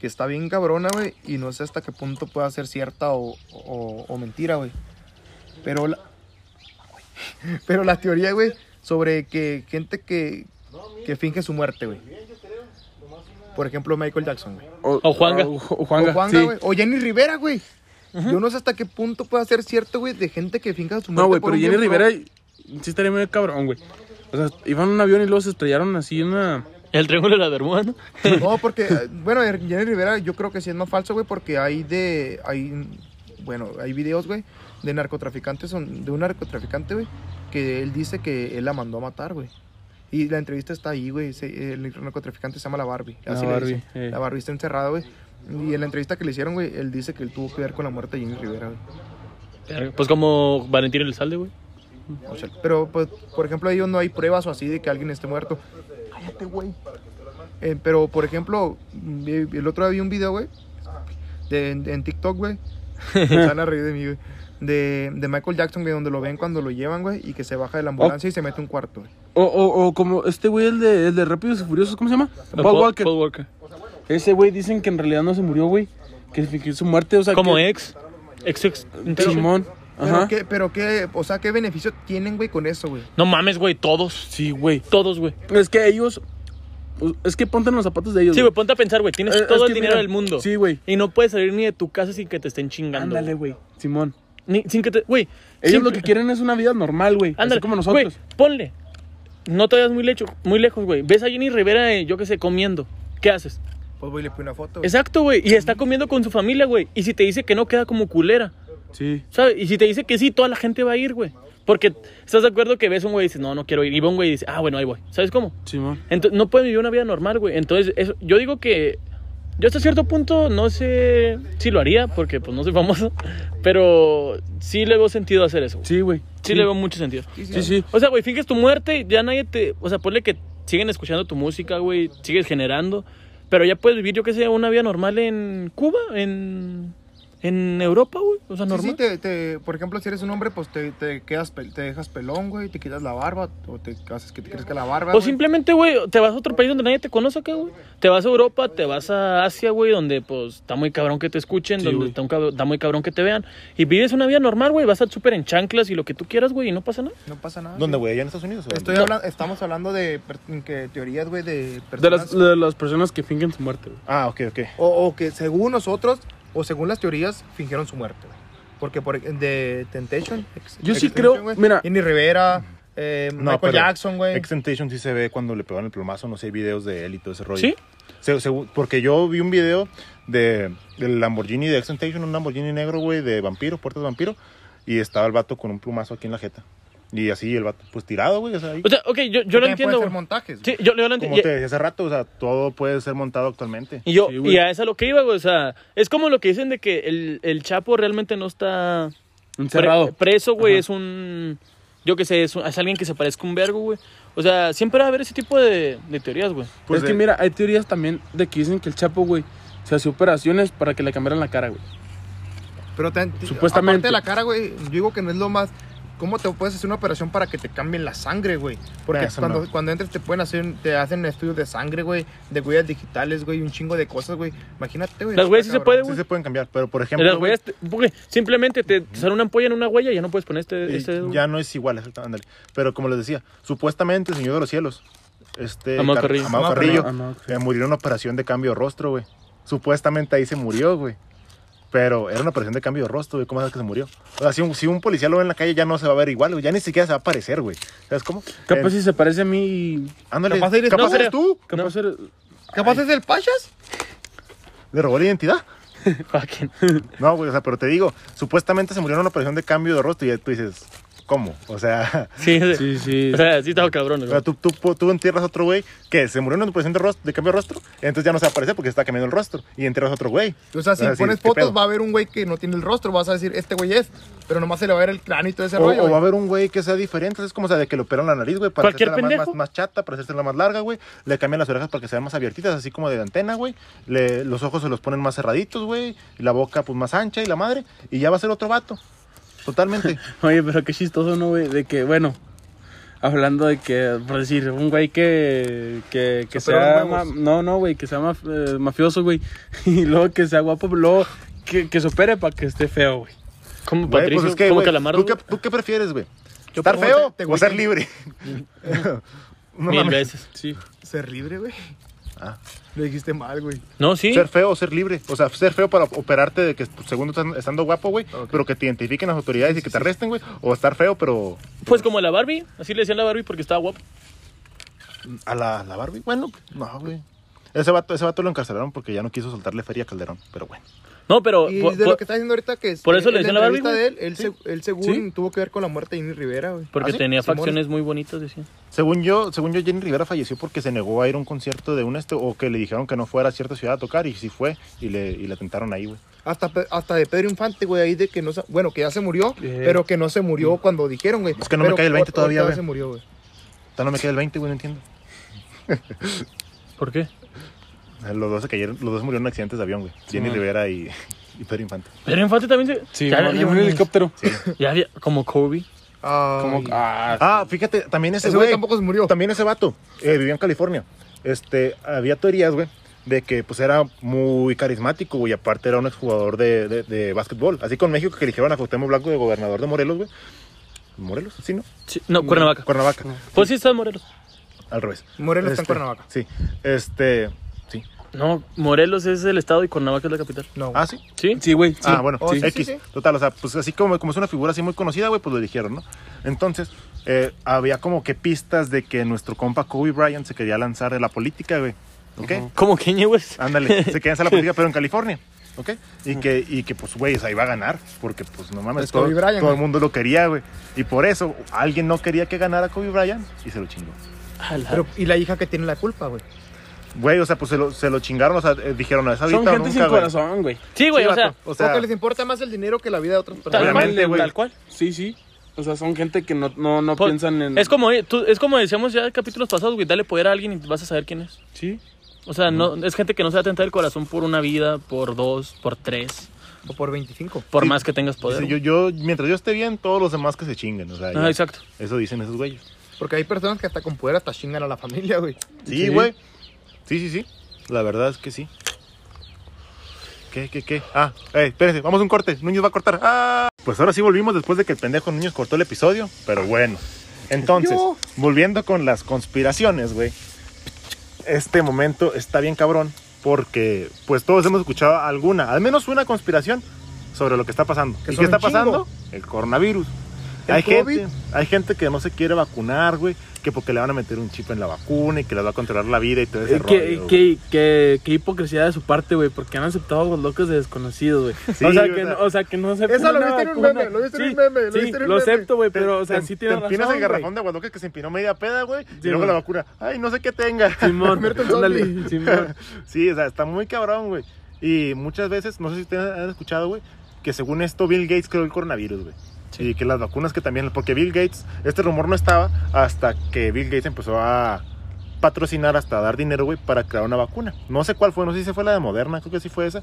S1: que está bien cabrona, güey, y no sé hasta qué punto pueda ser cierta o, o- o mentira, güey. Pero la, pero la teoría, güey, sobre que gente que, que finge su muerte, güey. Por ejemplo, Michael Jackson, güey.
S3: O Juanga.
S4: O, o Juanga,
S1: O Juanga,
S4: sí.
S1: güey. O Jenny Rivera, güey. Yo no sé hasta qué punto puede ser cierto, güey, de gente que finca su muerte.
S4: No, güey,
S1: por
S4: pero
S1: un
S4: Jenny
S1: bien pro.
S4: Rivera sí estaría medio cabrón, güey. O sea, iban en un avión y luego se estrellaron así en una...
S3: El triángulo de la Bermuda, ¿no?
S1: No, porque, eh, bueno, Jenny Rivera yo creo que sí es más falso, güey, porque hay de, hay, bueno, hay videos, güey, de narcotraficantes, son- de un narcotraficante, güey, que él dice que él la mandó a matar, güey. Y la entrevista está ahí, güey, se- el narcotraficante se llama La Barbie.
S4: La
S1: así le
S4: Barbie,
S1: dicen.
S4: eh.
S1: La Barbie está encerrada, güey. Y en la entrevista que le hicieron, güey, él dice que él tuvo que ver con la muerte de Jenny Rivera, güey.
S3: Verga, Pues como Valentín Elizalde, güey.
S1: O sea, pero, pues, por ejemplo, ellos no hay pruebas o así de que alguien esté muerto. Cállate, güey. Eh, pero, por ejemplo, mm, eh, el otro día vi un video, güey, de, en, en TikTok, güey. Se van a reír de mí, güey. De, de Michael Jackson, güey, donde lo ven cuando lo llevan, güey, y que se baja de la ambulancia y se mete a un cuarto, güey.
S4: O, o, o como este güey, el de, el de Rápidos y Furiosos, ¿cómo se llama? Paul, Walker.
S3: Paul Walker.
S4: Ese güey dicen que en realidad no se murió, güey. Que fingió su muerte, o sea...
S3: Como
S4: que...
S3: ex. Ex, ex.
S4: Simón.
S1: Pero,
S4: Ajá.
S1: ¿qué, pero qué, o sea, ¿qué beneficio tienen, güey, con eso, güey?
S3: No mames, güey, todos.
S4: Sí, güey.
S3: Todos, güey.
S4: Es que ellos... pues, Es que ponte en los zapatos de ellos,
S3: Sí, güey, ponte a pensar, güey. Tienes
S4: Eh, es
S3: todo el
S4: que
S3: dinero
S4: mira,
S3: del mundo.
S4: sí, güey.
S3: Y no puedes salir ni de tu casa sin que te estén chingando.
S4: Ándale,
S3: güey.
S4: güey. Simón.
S3: Ni- sin que te. Güey.
S4: Ellos
S3: simple-
S4: lo que quieren es una vida normal, güey. Así
S3: Ándale.
S4: como nosotros.
S3: Güey, ponle. No te vayas muy, lecho, muy lejos, güey. Ves a Jenny Rivera, eh, yo qué sé, comiendo. ¿Qué haces?
S1: Pues voy y le pido una foto, güey.
S3: Exacto, güey. Y está comiendo con su familia, güey. Y si te dice que no, queda como culera.
S4: Sí.
S3: ¿Sabes? Y si te dice que sí, toda la gente va a ir, güey. Porque estás de acuerdo que ves a un güey y dices, no, no quiero ir. Y va un güey y dice, ah, bueno, ahí voy. ¿Sabes cómo?
S4: Simón.
S3: Entonces, no pueden vivir una vida normal, güey. Entonces, eso, yo digo que yo hasta cierto punto no sé si lo haría, porque pues no soy famoso, pero sí le veo sentido hacer eso. güey. Sí,
S4: Sí, güey.
S3: le veo mucho sentido.
S4: Sí, sí.
S3: O sea, güey, finges tu muerte, ya nadie te... O sea, ponle que siguen escuchando tu música, güey, sigues generando, pero ya puedes vivir, yo que sé, una vida normal en Cuba, en, en Europa, güey. O sea,
S1: Sí,
S3: normal.
S1: sí, te, te- por ejemplo, si eres un hombre, pues te, te quedas, pel- te dejas pelón, güey, te quitas la barba, o te haces que te crezca la barba. güey.
S3: O
S4: Pues
S3: Pues simplemente, güey, te vas a otro país donde nadie te conoce, ¿qué, güey? Te vas a Europa, te vas a Asia, güey, donde, pues, está muy cabrón que te escuchen,
S4: Sí,
S3: donde
S4: güey.
S3: está, un cab- está muy cabrón que te vean. Y vives una vida normal, güey, vas al súper en chanclas y lo que tú quieras, güey, y no pasa nada.
S1: No pasa nada.
S2: ¿Dónde, güey? ¿Allá en Estados Unidos? o dónde?
S1: Estoy hablan- estamos hablando de per- que teorías, güey, de
S4: De
S1: personas.
S4: las, de las personas que fingen su muerte, güey.
S2: Ah, ok, ok.
S1: O, o que según nosotros, o según las teorías, fingieron su muerte, güey. Porque por, e-, de Temptation. ex-
S4: Yo sí
S1: Extinction,
S4: creo-
S1: güey,
S4: mira.
S1: Jenny Rivera, eh,
S2: No,
S1: Michael
S2: pero
S1: Jackson, güey.
S2: Extentation sí se ve cuando le pegan el plomazo, no sé, hay videos de él y todo ese rollo.
S3: ¿Sí?
S2: Se- se- porque yo vi un video de, del Lamborghini de Extentation, un Lamborghini negro, güey, de vampiro, puertas de vampiro, y estaba el vato con un plumazo aquí en la jeta. Y así el vato, pues tirado, güey, o sea, ahí.
S3: O sea, ok, yo, yo lo
S1: También pueden
S3: entiendo,
S1: ser
S3: güey.
S1: montajes.
S3: Sí, yo, yo lo
S2: como
S3: entiendo.
S2: te decía hace rato, o sea, todo puede ser montado actualmente.
S3: Y yo,
S4: Sí, güey.
S3: y a eso lo que iba, güey, o sea, es como lo que dicen de que el, el Chapo realmente no está... pre-
S4: Encerrado.
S3: preso, güey, es un... Yo qué sé, es, un- es alguien que se parezca a un vergo, güey. O sea, siempre va a haber ese tipo de, de teorías, güey.
S2: Pues
S4: es
S2: de-
S4: que mira, hay teorías también de que dicen que el Chapo, güey, se hacía operaciones para que le cambiaran la cara, güey.
S1: Pero tan- aparte
S4: Supuestamente.
S1: de la cara, güey, yo digo que no es lo más ¿Cómo te puedes hacer una operación para que te cambien la sangre, güey? Porque
S2: Nah, eso
S1: cuando,
S2: no.
S1: cuando entres te pueden hacer, un- te hacen estudios de sangre, güey, de huellas digitales, güey, un chingo de cosas, güey. Imagínate, güey.
S3: Las huellas sí
S1: está
S3: se puede,
S1: cabrón.
S2: Sí se
S3: güey.
S2: pueden cambiar, pero por ejemplo.
S3: Las
S2: güey,
S3: huellas, te- este, porque simplemente te te sale una ampolla en una huella y ya no puedes poner este,
S2: eh,
S3: este dedo.
S2: ya no es igual, exacto, ándale. Pero como les decía, supuestamente el Señor de los Cielos, este.
S3: Amado
S2: Car-
S3: Carrillo.
S1: Amado
S2: Carrillo,
S4: Carrillo. Amado Carrillo.
S2: eh, murió en una operación de cambio de rostro, güey. Supuestamente ahí se murió, güey. Pero era una operación de cambio de rostro, güey. ¿Cómo sabes que se murió? O sea, si un, si un policía lo ve en la calle ya no se va a ver igual, güey. Ya ni siquiera se va a parecer, güey. ¿Sabes cómo?
S4: Capaz
S2: Eh,
S4: si se parece a mí y...
S2: ándale.
S1: capaz eres-
S2: capaz
S3: no,
S2: eres
S3: pero-
S2: tú.
S4: Capaz era-
S1: ¿Capaz es del Pachas?
S2: ¿Le robó la identidad?
S3: Fucking.
S2: No, güey, o sea, pero te digo, supuestamente se murió en una operación de cambio de rostro y ya tú dices, ¿cómo? O sea,
S3: Sí, sí.
S4: Sí, sí.
S3: O sea, sí estaba cabrón,
S2: o
S3: güey.
S2: sea, tú, tú, tú entierras a otro güey que se murió en una operación de, rostro, de cambio de rostro, entonces ya no se va a aparecer porque se está cambiando el rostro y entierras a otro güey.
S1: O sea, si
S2: Vas a decir,
S1: pones
S2: ¿qué
S1: fotos
S2: pedo?
S1: va a haber un güey que no tiene el rostro, vas a decir, este güey es. Pero nomás se le va a ver el cráneo y todo ese
S2: O,
S1: rollo.
S2: o va a
S1: güey.
S2: haber un güey que sea diferente, es como o sea, de que le operan la nariz, güey, para
S3: Cualquier
S2: hacerla más,
S3: pendejo.
S2: más, más chata, para hacerse la más larga, güey. Le cambian las orejas para que sean más abiertitas, así como de antena, güey. Le- Los ojos se los ponen más cerraditos, güey. y La boca, pues, más ancha y la madre. Y ya va a ser otro vato. Totalmente.
S4: Oye, pero qué chistoso, ¿no, güey? De que, bueno, hablando de que, por decir, un güey que, que, que
S1: Se operó
S4: sea...
S1: los huevos.
S4: ma- no, no, güey, que sea maf- eh, mafioso, güey. Y luego que sea guapo, pero luego que, que se opere para que esté feo, güey.
S3: Como
S2: Güey,
S3: Patricio,
S2: pues es que,
S3: como
S2: güey, ¿tú
S3: Calamardo.
S2: qué, tú qué prefieres, güey?
S1: Yo
S2: ¿Estar
S1: prefiero
S2: feo
S1: te- te
S2: o ser
S1: güey.
S2: libre? No
S3: Mil
S2: mames.
S3: veces.
S4: Sí.
S1: Ser libre, güey.
S2: Ah.
S1: Lo dijiste mal, güey.
S3: No, sí.
S2: Ser feo o ser libre. O sea, ser feo para operarte de que según tú estás- estando guapo, güey, pero que te identifiquen las autoridades y que te arresten, güey. O estar feo, pero
S3: Pues como la Barbie. Así le decían la Barbie porque estaba guapa.
S2: a la, la Barbie. Bueno, no, güey. Ese vato, ese vato lo encarcelaron porque ya no quiso soltarle feria a Calderón, pero bueno.
S3: No, pero.
S1: Y
S3: por-
S1: de lo
S3: por-
S1: que está diciendo ahorita que es. eh,
S3: por eso le
S1: en
S3: decían la Barbie,
S1: entrevista
S3: güey.
S1: de él, él, se- él según
S4: Sí.
S1: tuvo que ver con la muerte de Jenny Rivera, güey.
S3: porque
S2: ¿Ah, sí?
S3: tenía
S1: Simón.
S3: facciones muy bonitas, decían.
S2: Según yo, según yo, Jenny Rivera falleció porque se negó a ir a un concierto de un este o que le dijeron que no fuera a cierta ciudad a tocar y sí fue y le, y le atentaron ahí, güey.
S1: Hasta, pe- hasta de Pedro Infante, güey, ahí de que no se- Bueno, que ya se murió,
S4: Eh.
S1: pero que no se murió cuando dijeron, güey.
S2: Es que no me
S1: Pero
S2: cae el 20
S1: ahor-
S2: todavía,
S1: ahorita
S2: güey.
S1: se murió, güey.
S2: Entonces no me queda el 20, güey, no entiendo.
S3: ¿Por qué?
S2: Eh, Los dos se cayeron, los dos murieron en accidentes de avión, güey. Jenny Rivera y, y Pedro Infante.
S3: Pedro Infante también se.
S4: Sí,
S3: ya,
S4: como-
S3: ya-
S4: como un helicóptero.
S3: ya había- como Kobe.
S4: Como,
S1: Ay.
S4: ah,
S2: Ah, fíjate, también ese
S1: Ese güey
S2: güey.
S1: tampoco se murió.
S2: También ese vato. eh, vivía en California. Este, había teorías, güey, de que pues era muy carismático, güey. y Aparte era un exjugador de, de, de básquetbol. Así con México que eligieron a Cuauhtémoc Blanco de gobernador de Morelos, güey. ¿Morelos? ¿Sí, no?
S3: Sí, no, Cuernavaca.
S2: Cuernavaca.
S3: Pues sí, está en Morelos.
S2: Al revés.
S1: Morelos está en
S2: Este,
S1: Cuernavaca.
S2: Sí. Este, sí.
S3: No, Morelos es el estado y Cuernavaca es la capital.
S1: No.
S2: Ah, sí.
S3: ¿Sí?
S4: sí, güey. sí.
S2: Ah, bueno,
S1: Oh, sí,
S2: X.
S1: sí, sí.
S2: Total, o sea, pues así como, como es una figura así muy conocida, güey, pues lo eligieron, ¿no? Entonces, eh, había como que pistas de que nuestro compa Kobe Bryant se quería lanzar de la política, güey. ¿Ok?
S3: Como Kanye West.
S2: Ándale, se quería lanzar a la política, pero en California. ¿Ok? Y que, y que pues, güey, o sea, iba a ganar, porque, pues, no mames,
S1: Es
S2: todo,
S1: Kobe Bryant,
S2: todo el
S1: güey.
S2: mundo lo quería, güey. Y por eso, alguien no quería que ganara Kobe Bryant y se lo chingó.
S3: A la-
S1: Pero, ¿y la hija que tiene la culpa, güey?
S2: Güey, o sea, pues se lo, se lo chingaron, o sea, eh, dijeron, no, es ahorita
S4: Son
S2: o
S4: gente
S2: nunca,
S4: sin
S2: güey".
S4: corazón, güey.
S3: sí, güey,
S2: Sí,
S3: o sea.
S2: vato, o sea,
S1: Porque les importa más el dinero que la vida de otras
S3: Tal
S1: personas.
S3: cual,
S2: obviamente, güey.
S3: Tal cual.
S4: Sí, sí. O sea, son gente que no, no, no
S3: Por-
S4: piensan en...
S3: Es como, eh, tú- es como decíamos ya en capítulos pasados, güey, dale poder a alguien y vas a saber quién es.
S4: Sí.
S3: O sea, no, es gente que no se va a tentar el corazón por una vida, por dos, por tres,
S1: O por 25.
S3: por
S2: Sí.
S3: más que tengas
S2: Dice,
S3: poder.
S2: yo,
S3: güey.
S2: yo, mientras yo esté bien, todos los demás que se chinguen, o sea.
S3: Ah,
S2: ya.
S3: exacto.
S2: Eso dicen esos güeyes.
S1: Porque hay personas que hasta con poder hasta chingan a la familia, güey.
S2: Sí, güey. Sí, sí, sí. La verdad es que sí. ¿Qué, qué, qué? Ah, eh, espérense, vamos a un corte. Núñez va a cortar. ¡Ah! Pues ahora sí volvimos después de que el pendejo Núñez cortó el episodio, pero bueno. Entonces,
S1: Yo.
S2: volviendo con las conspiraciones, güey. Este momento está bien cabrón porque pues todos hemos escuchado alguna, al menos una conspiración sobre lo que está pasando.
S1: Que
S2: ¿Y
S1: son
S2: qué está
S1: un chingo.
S2: pasando? El coronavirus.
S1: ¿El
S2: hay
S1: COVID?
S2: gente, hay gente que no se quiere vacunar, güey, que porque le van a meter un chip en la vacuna y que les va a controlar la vida y todo ese
S4: Eh, Qué,
S2: rollo, güey.
S4: qué- qué- qué hipocresía de su parte, güey, porque han aceptado a los locos de desconocidos, güey.
S2: Sí,
S4: o, sea,
S2: o
S4: que,
S2: sea-
S4: no- o sea, que no se
S1: Eso
S4: pone
S1: lo viste
S4: una
S1: en un
S4: vacuna.
S1: meme, lo viste en un
S4: Sí,
S1: meme, lo
S4: sí,
S1: viste en un
S4: lo
S1: meme.
S4: acepto, güey,
S2: Te-
S4: pero, o sea,
S2: te-
S4: sí
S2: te
S4: tiene
S2: empinas
S4: razón,
S2: el
S4: güey.
S2: garrafón de Guadalupe que se empinó media peda, güey, y
S4: Sí,
S2: luego
S4: güey.
S2: la vacuna. Ay, no sé qué tenga.
S4: Simón,
S1: Convierte en zombie.
S4: ándale, Simón.
S2: Sí, o sea, está muy cabrón, güey. Y muchas veces, no sé si ustedes han escuchado, güey, que según esto Bill Gates creó el coronavirus, güey. Y que las vacunas que también, porque Bill Gates, este rumor no estaba hasta que Bill Gates empezó a patrocinar, hasta dar dinero, güey, para crear una vacuna. No sé cuál fue, no sé si fue la de Moderna, creo que sí fue esa.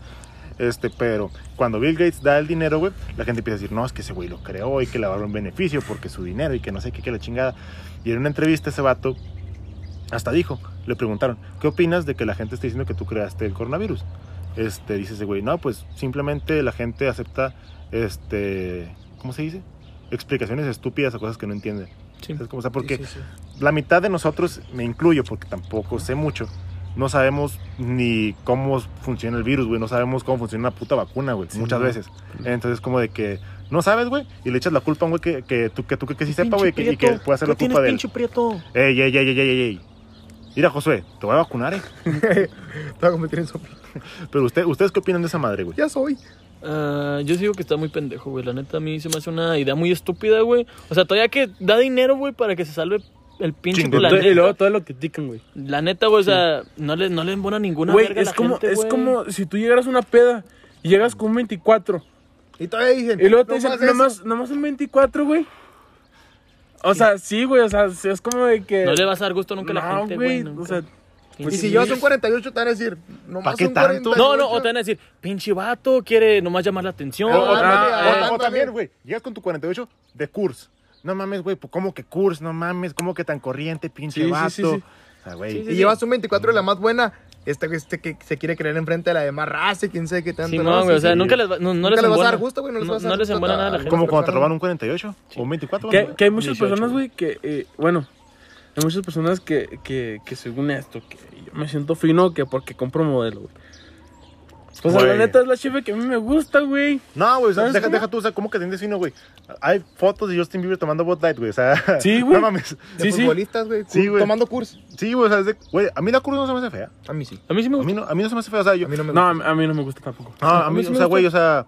S2: Este, pero cuando Bill Gates da el dinero, güey, la gente empieza a decir, no, es que ese güey lo creó y que le va a dar un beneficio porque su dinero y que no sé qué, que la chingada. Y en una entrevista ese vato hasta dijo, le preguntaron, ¿qué opinas de que la gente esté diciendo que tú creaste el coronavirus? Este, dice ese güey, no, pues simplemente la gente acepta, este, ¿cómo se dice? Explicaciones estúpidas a cosas que no entiende.
S3: Sí.
S2: ¿Sabes cómo? O sea, porque
S3: Sí, sí, sí.
S2: la mitad de nosotros, me incluyo porque tampoco sé mucho, no sabemos ni cómo funciona el virus, güey, no sabemos cómo funciona una puta vacuna, güey, muchas veces. Entonces como de que no sabes, güey, y le echas la culpa a un güey que, que tú que, tú que, que sí sepa, güey, que- y que puede hacer la culpa de él. Ey, ey, ey, ey, ey, ey, ey. Mira, Josué, te voy a vacunar, eh.
S1: Te voy a convertir en zombie.
S2: Pero usted, ¿ustedes qué opinan de esa madre, güey?
S1: Ya soy.
S3: Ah, yo sigo que está muy pendejo, güey. La neta, a mí se me hace una idea muy estúpida, güey. O sea, todavía que da dinero, güey, para que se salve el pinche
S2: Chingón.
S3: planeta.
S4: Y luego todo lo critican, güey.
S3: La neta, güey, o sea, no le, no le embona ninguna
S4: Güey,
S3: verga a
S4: es
S3: la
S4: como,
S3: gente,
S4: es
S3: güey.
S4: como si tú llegaras a una peda y llegas con un 24.
S1: Y todavía dicen.
S4: Y luego te
S1: "No
S4: dicen,
S1: más eso".
S4: nomás, nomás un 24, güey. O sea, sí, güey, o sea, sí, es como de que...
S3: No le vas a dar gusto nunca a la
S4: No,
S3: gente, güey.
S4: O
S3: nunca.
S4: sea,
S1: Y
S3: Pinche
S1: pues, si
S3: mierda.
S1: llevas un 48, te van a decir, nomás
S2: ¿Pa' qué
S1: un
S2: tanto?
S1: 48.
S3: No, no, o te van a decir, pinche vato, quiere nomás llamar la atención.
S2: O- o-
S1: ándale,
S2: o-
S1: ándale.
S2: o también, güey, llegas con tu 48 de curso. No mames, güey, pues, ¿cómo que curso? No mames, ¿cómo que tan corriente, pinche
S4: Sí, sí,
S2: vato?
S4: sí, sí.
S2: O sea, güey.
S1: Y llevas un 24 de la más buena. Este, este que se quiere creer enfrente de la demás raza y quién sabe qué tanto.
S3: Sí,
S1: ¿no?
S3: no, güey, o
S1: Sí,
S3: sea,
S1: sí.
S3: nunca les, va- no, no
S1: Nunca
S3: les
S1: les vas a
S3: embona.
S1: dar gusto, güey, no les vas a dar
S3: no les
S1: gusto
S3: embona
S1: a-
S3: nada a la
S1: a-
S3: gente.
S2: Como cuando te
S1: personas.
S2: robaron un 48 o un 24.
S4: que,
S2: ¿no?
S4: que hay muchas
S2: 18,
S4: personas, güey, que... eh, bueno, hay muchas personas que, que, que según esto, que yo me siento fino que porque compro modelo, güey. O sea,
S2: Güey.
S4: la neta es la cheve que a mí me gusta, güey.
S2: No, güey, o sea,
S4: ¿Sabes
S2: deja,
S4: cómo?
S2: deja tú, o sea, ¿cómo que tienes fino, güey? Hay fotos de Justin Bieber tomando Bud Light, güey, o sea.
S4: Sí, güey.
S2: No mames.
S1: De
S4: Sí, sí.
S1: futbolistas, güey.
S2: Sí,
S1: cu-
S2: güey.
S1: Tomando curso.
S2: Sí, güey, o sea, es de- güey, a mí la curva no se me hace fea.
S1: A mí sí.
S3: A mí sí me
S2: A
S3: gusta.
S2: mí no, a mí no se me hace fea, o sea, yo.
S1: A mí no me
S4: No,
S1: gusta.
S4: a mí- a mí no me gusta tampoco.
S2: No, Ah, a mí,
S1: sí
S2: o
S1: me gusta.
S2: sea, güey, o sea.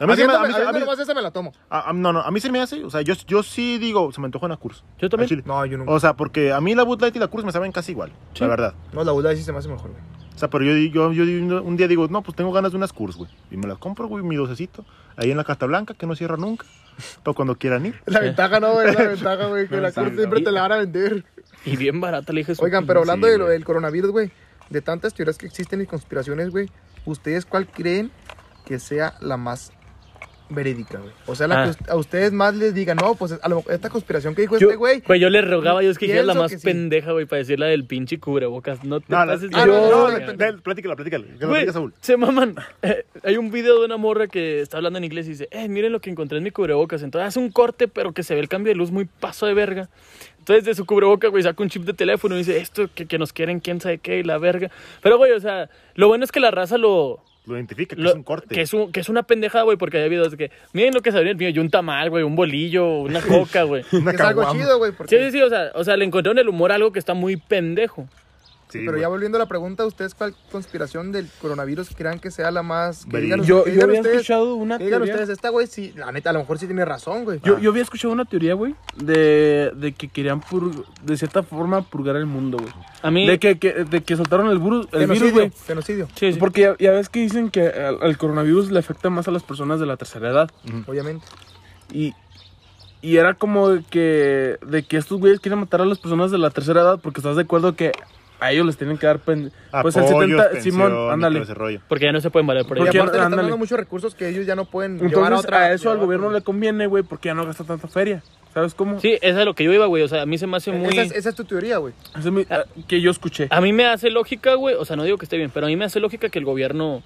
S2: A mí, se me, a mí, se- a mí-
S1: más esa me la tomo.
S2: a- a- no, no, a mí se me hace, o sea, yo, yo sí digo, se me antoja una curso.
S3: Yo también.
S1: No, yo nunca.
S2: O sea, porque a mí la Bud Light y la Cruz me saben casi igual,
S3: Sí.
S2: la verdad.
S1: No, la Buda sí se me hace mejor, güey.
S2: O sea, pero yo, yo, yo di- un día digo, no, pues tengo ganas de unas Cruz, güey. Y me las compro, güey, mi docecito, ahí en la Carta Blanca, que no cierra nunca, para cuando quieran ir.
S1: La ventaja, no, güey. La ventaja, güey. Que
S2: No,
S1: la
S2: sí,
S1: curso
S2: no.
S1: siempre te la van a vender.
S3: Y bien barata, le dije eso.
S1: Oigan, pero hablando
S2: Sí,
S1: de lo
S2: güey.
S1: del coronavirus, güey, de tantas teorías que existen y conspiraciones, güey, ¿ustedes cuál creen que sea la más verídica, güey? O sea, la
S3: Ah.
S1: que us- a ustedes más les digan, no, pues a lo- esta conspiración que dijo
S4: Yo-
S1: este güey.
S3: Güey, yo le rogaba, yo es que ella es la
S1: Pienso
S3: más
S1: que sí.
S3: pendeja, güey, para decir la del pinche cubrebocas. No te
S2: No, la,
S3: pases
S1: ah,
S3: de
S1: no,
S3: verga,
S1: no,
S3: güey.
S1: la-
S2: no, no, platícala, platícala, que lo
S3: Güey,
S2: platique Saúl.
S3: se maman. Eh, hay un video de una morra que está hablando en inglés y dice, eh, miren lo que encontré en mi cubrebocas. Entonces hace un corte, pero que se ve el cambio de luz muy paso de verga. Entonces de su cubrebocas, güey, saca un chip de teléfono y dice, esto que, que nos quieren, quién sabe qué, y la verga. Pero, güey, o sea, lo bueno es que la raza lo...
S2: Lo identifica, que
S3: lo-
S2: es un corte.
S3: Que es, un- que es una pendejada, güey, porque hay videos de que, miren lo que salió en el mío, y un tamal, güey, un bolillo, una coca, güey.
S2: Una
S1: que es algo
S2: caguama.
S1: chido, güey.
S3: Sí,
S1: porque-
S3: sí, sí, o sea, o sea, le encontraron el humor a algo que está muy pendejo.
S2: Sí,
S1: pero
S2: güey.
S1: ya volviendo a la pregunta, ¿ustedes cuál conspiración del coronavirus crean que sea la más que
S2: Verídica.
S1: digan,
S4: Yo,
S1: que
S4: yo
S1: digan
S4: había
S1: ustedes,
S4: escuchado una
S1: que digan
S4: teoría-
S1: ustedes, esta güey, sí, la neta, a lo mejor sí tiene razón, güey.
S4: Yo, yo había escuchado una teoría, güey, de, de que querían, pur- de cierta forma, purgar el mundo, güey.
S3: A mí...
S4: De que, que- de que soltaron el, buru- el virus,
S1: genocidio,
S4: güey.
S1: genocidio,
S3: Sí, sí.
S4: Porque ya, ya ves que dicen que al, al coronavirus le afecta más a las personas de la tercera edad.
S1: obviamente.
S4: Y, y era como de que, de que estos güeyes quieren matar a las personas de la tercera edad porque estás de acuerdo que a ellos les tienen que dar... pen- pues el
S2: Apoyos,
S4: 70...
S2: pensión y todo
S4: Simón, ándale.
S2: ese rollo.
S3: Porque ya no se pueden valer por
S1: Y
S4: Porque
S3: ella.
S1: aparte le están
S4: ándale.
S1: dando muchos recursos que ellos ya no pueden llevar a
S4: Entonces
S1: otra.
S4: a eso
S1: llevar
S4: al
S1: a
S4: gobierno
S1: otra-
S4: le conviene, güey, porque ya no gasta tanta feria. ¿Sabes cómo?
S3: Sí, esa es lo que yo iba, güey. O sea, a mí se me hace muy.
S1: Esa es, esa es tu teoría, güey.
S4: Eso es mi- ah, que yo escuché.
S3: A mí me hace lógica, güey. O sea, no digo que esté bien, pero a mí me hace lógica que el gobierno.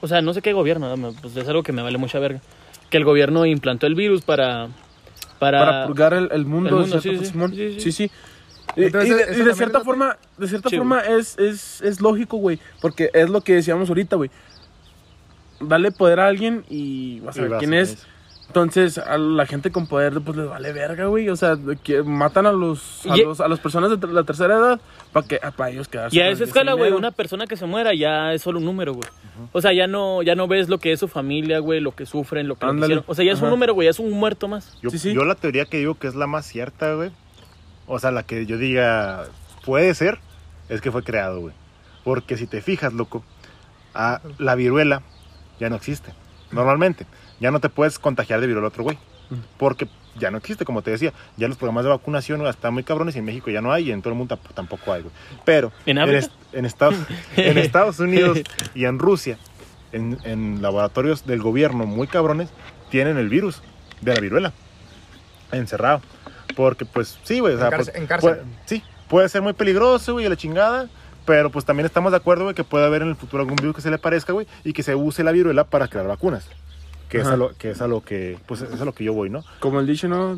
S3: O sea, no sé qué gobierno, dame, pues es algo que me vale mucha verga. Que el gobierno implantó el virus para. Para,
S4: para purgar el, el mundo,
S3: el mundo,
S4: de cierta,
S3: sí, sí,
S4: Simón.
S3: sí, sí.
S4: Sí, sí. Y-
S1: Entonces,
S4: y de-
S1: ¿eso
S4: y de,
S1: también es
S4: cierta
S1: lo que-
S4: forma, de cierta
S3: Sí,
S4: forma es, es, es lógico, güey, porque es lo que decíamos ahorita, güey. Dale poder a alguien y vas a
S2: Y
S4: ver
S2: vas
S4: quién
S2: a ver.
S4: es. Entonces, a la gente con poder, pues les vale verga, güey. O sea, de que matan a los a,
S3: Y- e
S4: los, a las personas de ter- la tercera edad para que para ellos quedarse.
S3: Y a
S4: con
S3: esa
S4: ese
S3: escala, güey,
S4: dinero.
S3: una persona que se muera ya es solo un número, güey. O sea, ya no, ya no ves lo que es su familia, güey, lo que sufren, lo que le
S4: Ándale.
S3: hicieron. O sea, ya es un
S4: Ajá.
S3: número, güey, ya es un muerto más.
S2: Yo,
S4: Sí, sí.
S2: yo la teoría que digo que es la más cierta, güey. O sea, la que yo diga puede ser, es que fue creado, güey. Porque si te fijas, loco, a la viruela ya no existe. Normalmente, ya no te puedes contagiar de viruela a otro güey. Porque ya no existe, como te decía. Ya los programas de vacunación güey, están muy cabrones y en México ya no hay y en todo el mundo tamp- tampoco hay, güey. Pero
S3: ¿En África?
S2: est- en Estados, en Estados Unidos y en Rusia en, en laboratorios del gobierno muy cabrones tienen el virus de la viruela encerrado. Porque, pues, sí, güey. o sea,
S1: En cárcel-
S2: pues,
S1: en cárcel.
S2: puede- sí, puede ser muy peligroso, güey, y la chingada. Pero, pues, también estamos de acuerdo, güey, que puede haber en el futuro algún virus que se le parezca, güey, y que se use la viruela para crear vacunas. Que es, a lo, que es a lo que, pues, es a lo que yo voy, ¿no?
S4: Como el dicho, ¿no?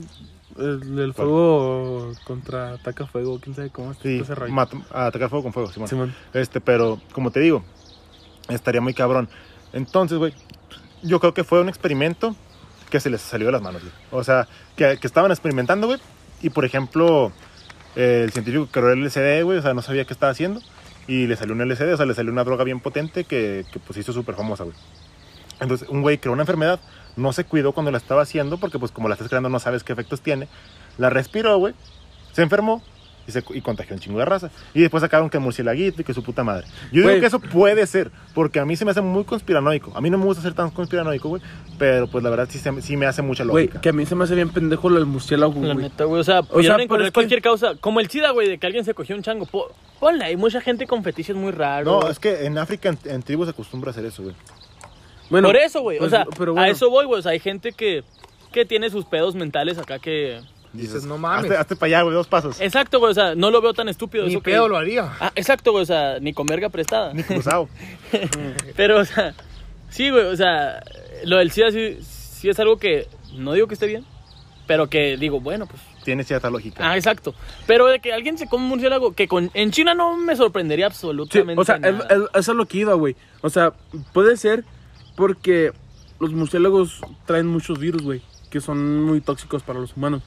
S4: El, el fuego contra ataca fuego, quién sabe cómo está
S2: Sí,
S1: Pues
S4: ese rollo.
S2: mat- atacar fuego con fuego, Simón.
S4: Simón.
S2: Este, pero como te digo, estaría muy cabrón. Entonces, güey, yo creo que fue un experimento que se les salió de las manos, güey. O sea, que, que estaban experimentando, güey. Y por ejemplo, eh, el científico que creó el LCD, güey, o sea, no sabía qué estaba haciendo. Y le salió un LCD, o sea, le salió una droga bien potente que, que pues hizo súper famosa, güey. Entonces, un güey creó una enfermedad, no se cuidó cuando la estaba haciendo, porque pues como la estás creando no sabes qué efectos tiene. La respiró, güey, se enfermó y, se, y contagió un chingo de raza. Y después sacaron que el murcielaguito y que su puta madre. Yo digo
S4: Güey.
S2: que eso puede ser, porque a mí se me hace muy conspiranoico. A mí no me gusta ser tan conspiranoico, güey, pero pues la verdad sí, se- sí me hace mucha
S4: Güey,
S2: lógica.
S4: que a mí se me hace bien pendejo lo del murciélago,
S3: La
S4: güey.
S3: neta, güey. O sea, pudieran
S4: pero
S3: encontrar
S4: es que-
S3: cualquier causa. Como el SIDA, güey, de que alguien se cogió un chango. Po- Ponle, hay mucha gente con fetiches muy raros.
S2: No, es que en África, en, en tribus se acostumbra hacer eso, güey.
S4: Bueno,
S3: Por eso, güey.
S4: pues,
S3: o sea,
S4: pero bueno.
S3: a eso voy, güey. O sea, hay gente que, que tiene sus pedos mentales acá que.
S1: Dices, no mames.
S2: Hazte, hazte para allá, güey, dos pasos.
S3: Exacto, güey. O sea, no lo veo tan estúpido.
S1: Ni
S3: eso que-
S1: pedo lo haría.
S3: Ah, exacto, güey. O sea, ni con verga prestada.
S2: Ni cruzado.
S3: Pero, o sea, sí, güey, o sea, lo del SIDA sí, sí es algo que no digo que esté bien, pero que digo, bueno, pues.
S2: Tiene cierta lógica.
S3: Ah, exacto. Pero de que alguien se come un murciélago, que con, en China no me sorprendería
S4: Sí,
S3: absolutamente.
S4: o sea, es-
S3: nada.
S4: es- eso es lo que iba, güey. O sea, puede ser porque los murciélagos traen muchos virus, güey, que son muy tóxicos para los humanos.